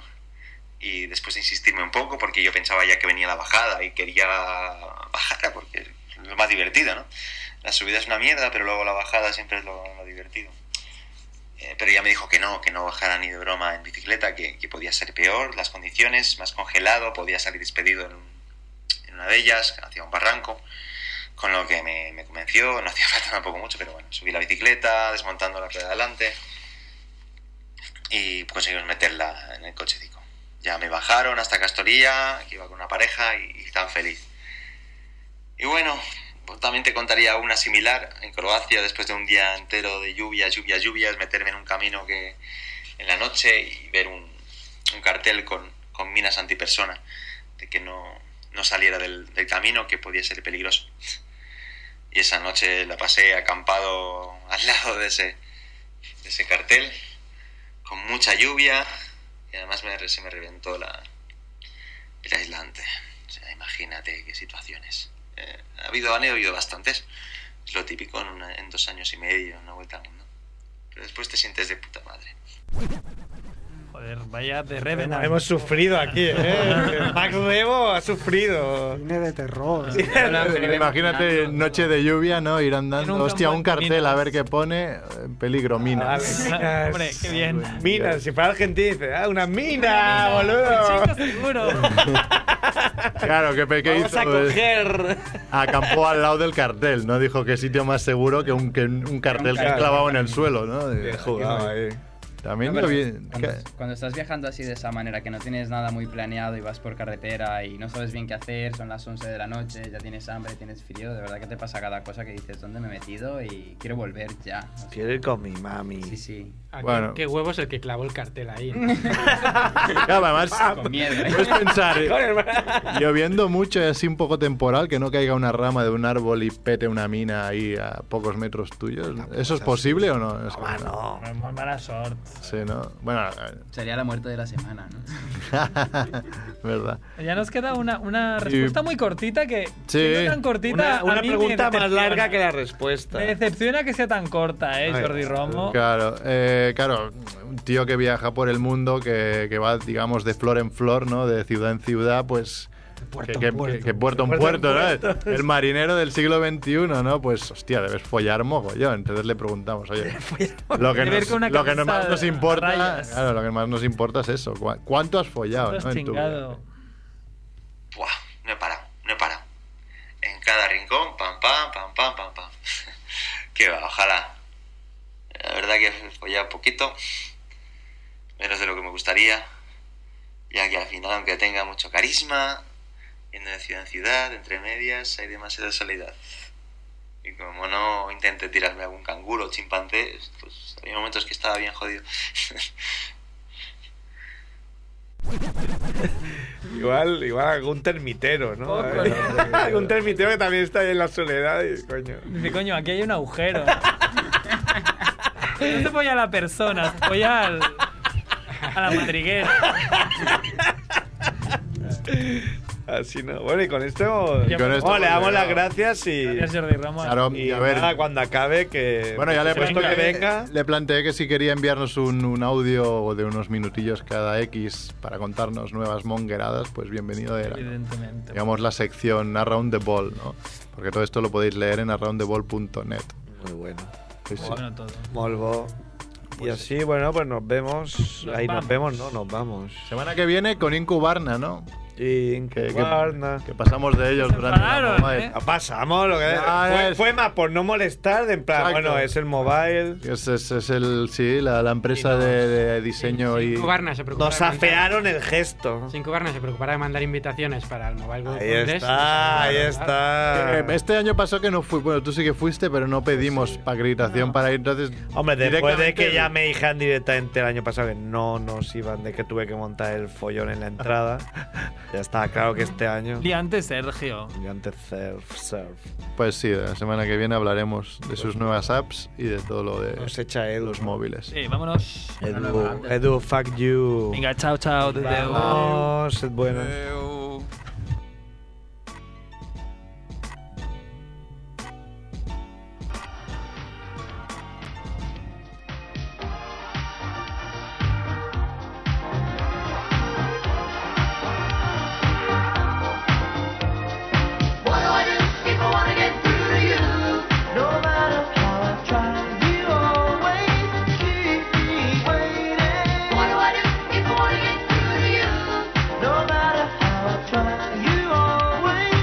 Speaker 11: y después de insistirme un poco, porque yo pensaba ya que venía la bajada y quería bajar, porque es lo más divertido, ¿no? La subida es una mierda, pero luego la bajada siempre es lo, lo divertido. Eh, pero ya me dijo que no, que no bajara ni de broma en bicicleta, que, que podía ser peor, las condiciones, más congelado, podía salir despedido en, un- en una de ellas, hacia un barranco con lo que me, me convenció, no hacía falta tampoco mucho, pero bueno, subí la bicicleta, desmontando la rueda de adelante y conseguimos meterla en el cochecito. Ya me bajaron hasta Castoría, que iba con una pareja y, y tan feliz. Y bueno, pues también te contaría una similar en Croacia, después de un día entero de lluvia, lluvia, lluvias, meterme en un camino que en la noche y ver un, un cartel con, con minas antipersona, de que no, no saliera del, del camino, que podía ser peligroso y esa noche la pasé acampado al lado de ese, de ese cartel, con mucha lluvia, y además me, se me reventó la, el aislante. O sea, imagínate qué situaciones. Eh, ha habido, han habido bastantes, es lo típico en, una- en dos años y medio, en una vuelta al mundo. Pero después te sientes de puta madre.
Speaker 2: Joder, vaya de
Speaker 1: Bueno,
Speaker 2: Revenant.
Speaker 1: hemos sufrido aquí, ¿eh? Max Rebo ha sufrido.
Speaker 9: Cine de terror.
Speaker 4: Imagínate noche de lluvia, ¿no? Ir andando.
Speaker 1: En un
Speaker 4: Hostia,
Speaker 1: campo
Speaker 4: un
Speaker 1: de
Speaker 4: cartel a ver qué pone. eh, Peligro, minas.
Speaker 1: Hombre,
Speaker 2: qué bien.
Speaker 1: Minas, si fuera Argentina dice, ah, una mina, boludo.
Speaker 2: Seguro.
Speaker 4: Claro, que Peque
Speaker 12: Vamos
Speaker 4: hizo,
Speaker 12: a
Speaker 4: pues,
Speaker 12: coger.
Speaker 4: acampó al lado del cartel, no dijo qué sitio más seguro que un, que un cartel que
Speaker 11: cartel.
Speaker 4: clavado en el suelo, ¿no? Y-
Speaker 1: Bien jugado ahí.
Speaker 4: También
Speaker 11: No,
Speaker 4: lo
Speaker 11: pero
Speaker 4: vi-
Speaker 11: Cuando,
Speaker 4: que-
Speaker 11: cuando estás viajando así de esa manera, que no tienes nada muy planeado y vas por carretera y no sabes bien qué hacer, son las 11 de la noche, ya tienes hambre, tienes frío, de verdad que te pasa cada cosa que dices, ¿dónde me he metido? Y quiero volver ya. O sea,
Speaker 1: Quiero ir con mi mami.
Speaker 11: Sí, sí.
Speaker 3: Ah,
Speaker 4: Bueno.
Speaker 3: qué, qué huevos el que clavó el cartel ahí.
Speaker 4: Claro, además,
Speaker 11: Con miedo, ¿eh?
Speaker 4: puedes pensar, lloviendo mucho y así un poco temporal, que no caiga una rama de un árbol y pete una mina ahí a pocos metros tuyos. ¿Eso es posible o no? Es como-
Speaker 1: no.
Speaker 2: Muy mala suerte.
Speaker 4: Sí, ¿no? Bueno,
Speaker 11: Sería la muerte de la semana, ¿no?
Speaker 4: verdad.
Speaker 2: Ya nos queda una, una respuesta muy cortita que. siendo tan cortita.
Speaker 12: Una,
Speaker 2: a
Speaker 12: una
Speaker 2: mí me
Speaker 12: pregunta más
Speaker 2: decepciona.
Speaker 12: larga que la respuesta.
Speaker 2: Me decepciona que sea tan corta, ¿eh,
Speaker 4: Ay,
Speaker 2: Jordi Romo?
Speaker 4: Claro, eh, claro, un tío que viaja por el mundo, que, que va, digamos, de flor en flor, ¿no? De ciudad en ciudad, pues...
Speaker 1: puerto
Speaker 4: que,
Speaker 1: en
Speaker 4: que-
Speaker 1: puerto.
Speaker 4: que puerto en
Speaker 1: De puerto
Speaker 4: puerto,
Speaker 1: en
Speaker 4: ¿no?
Speaker 1: puerto.
Speaker 4: El marinero del siglo XXI, ¿no? Pues, hostia, debes follar mogollón. Entonces le preguntamos, oye, lo que,
Speaker 2: Debe ir
Speaker 4: nos-
Speaker 2: con una
Speaker 4: lo que
Speaker 2: camisa
Speaker 4: más nos
Speaker 2: a
Speaker 4: importa...
Speaker 2: rayas.
Speaker 4: Claro, lo que más nos importa es eso. ¿cu- ¿Cuánto has follado,
Speaker 2: Estás
Speaker 4: no? En tu vida?
Speaker 2: chingado.
Speaker 13: Buah, no he parado, no he parado. En cada rincón, pam, pam, pam, pam, pam, pam. que va, ojalá. La verdad que he follado poquito, menos de lo que me gustaría, ya que al final, aunque tenga mucho carisma, yendo de ciudad en ciudad, entre medias, hay demasiada soledad. Y como no intente tirarme a algún canguro o chimpancé, pues había momentos que estaba bien jodido.
Speaker 1: Igual, igual algún termitero, ¿no?
Speaker 2: Poco,
Speaker 1: ¿no? algún termitero que también está ahí en la soledad y coño.
Speaker 2: Dice, coño, aquí hay un agujero. no se folla a la persona, se folla al, a la madriguera.
Speaker 1: Así no. Bueno, y con esto,
Speaker 4: Y con esto pues
Speaker 1: oh, le damos
Speaker 4: hemos
Speaker 1: las
Speaker 4: llegado.
Speaker 1: gracias y,
Speaker 2: Gracias, Jordi Ramos.
Speaker 4: Claro,
Speaker 1: y
Speaker 4: y a ver,
Speaker 1: nada, cuando acabe que
Speaker 4: Bueno, ya le he
Speaker 1: puesto
Speaker 4: puesto
Speaker 2: ¿eh?
Speaker 1: que venga.
Speaker 4: Le planteé que si quería enviarnos un, un audio de unos minutillos cada X para contarnos nuevas mongeradas, pues bienvenido era.
Speaker 2: Evidentemente.
Speaker 4: Digamos la sección Around the Ball, ¿no? Porque todo esto lo podéis leer en aroundtheball.net.
Speaker 1: Muy bueno.
Speaker 4: Pues Sí, sí.
Speaker 2: pues, Bueno, todo.
Speaker 1: Molvo. y así, bueno, pues nos vemos.
Speaker 2: Nos
Speaker 1: ahí
Speaker 2: vamos.
Speaker 1: nos vemos, no, nos vamos.
Speaker 4: Semana que viene con Incubarna, ¿no?
Speaker 1: Y en
Speaker 4: Que, que-
Speaker 1: Varna.
Speaker 4: que pasamos de ellos durante la
Speaker 2: enfadaron,
Speaker 4: broma de-
Speaker 2: ¿eh?
Speaker 1: Ah, Pasamos, lo que
Speaker 4: Ah,
Speaker 1: fue,
Speaker 4: es-
Speaker 1: fue más por no molestar, de en plan,
Speaker 4: Exacto.
Speaker 1: bueno, es el mobile.
Speaker 4: Es, es- es el, sí, la, la empresa de, de diseño y...
Speaker 3: Cinco Barna se preocupará.
Speaker 1: Nos
Speaker 3: de mandar-
Speaker 1: afearon el gesto.
Speaker 3: Cinco Barna se preocupará de mandar invitaciones para el Mobile World
Speaker 1: Ahí
Speaker 3: Congress.
Speaker 1: está, ahí está.
Speaker 4: Eh, Este año pasó que no fui, bueno, tú sí que fuiste, pero no pedimos acreditación para ir, entonces...
Speaker 1: Hombre, después de que
Speaker 4: directamente-
Speaker 1: ya me dijeran directamente el año pasado que no nos iban, de que tuve que montar el follón en la entrada, ya estaba claro que este año.
Speaker 2: Liante Sergio.
Speaker 1: Yo antes surf, surf.
Speaker 4: Pues sí, la semana que viene hablaremos de sus nuevas apps y de todo lo de
Speaker 1: Nos echa Edu.
Speaker 4: los móviles.
Speaker 2: Sí, vámonos.
Speaker 1: Edu, Edu, fuck you.
Speaker 2: Venga, chao, chao. Desde
Speaker 1: Vamos, sed buenos.
Speaker 8: What do I do if I wanna get through to you? No matter how I try, you always keep me waiting. What do I do if I wanna get through to you? No matter how I try, you always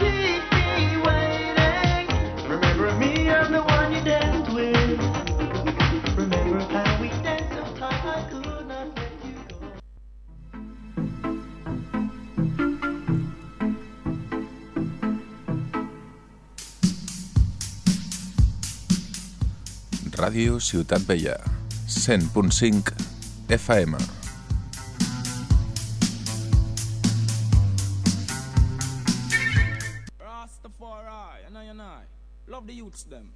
Speaker 8: keep me waiting. Remember me, I'm the one you danced with. Remember how we danced sometimes I could not let you go.
Speaker 5: Ràdio Ciutat Vella, 100.5 FM.
Speaker 14: Rastafari, you know, you know. Love the youths them.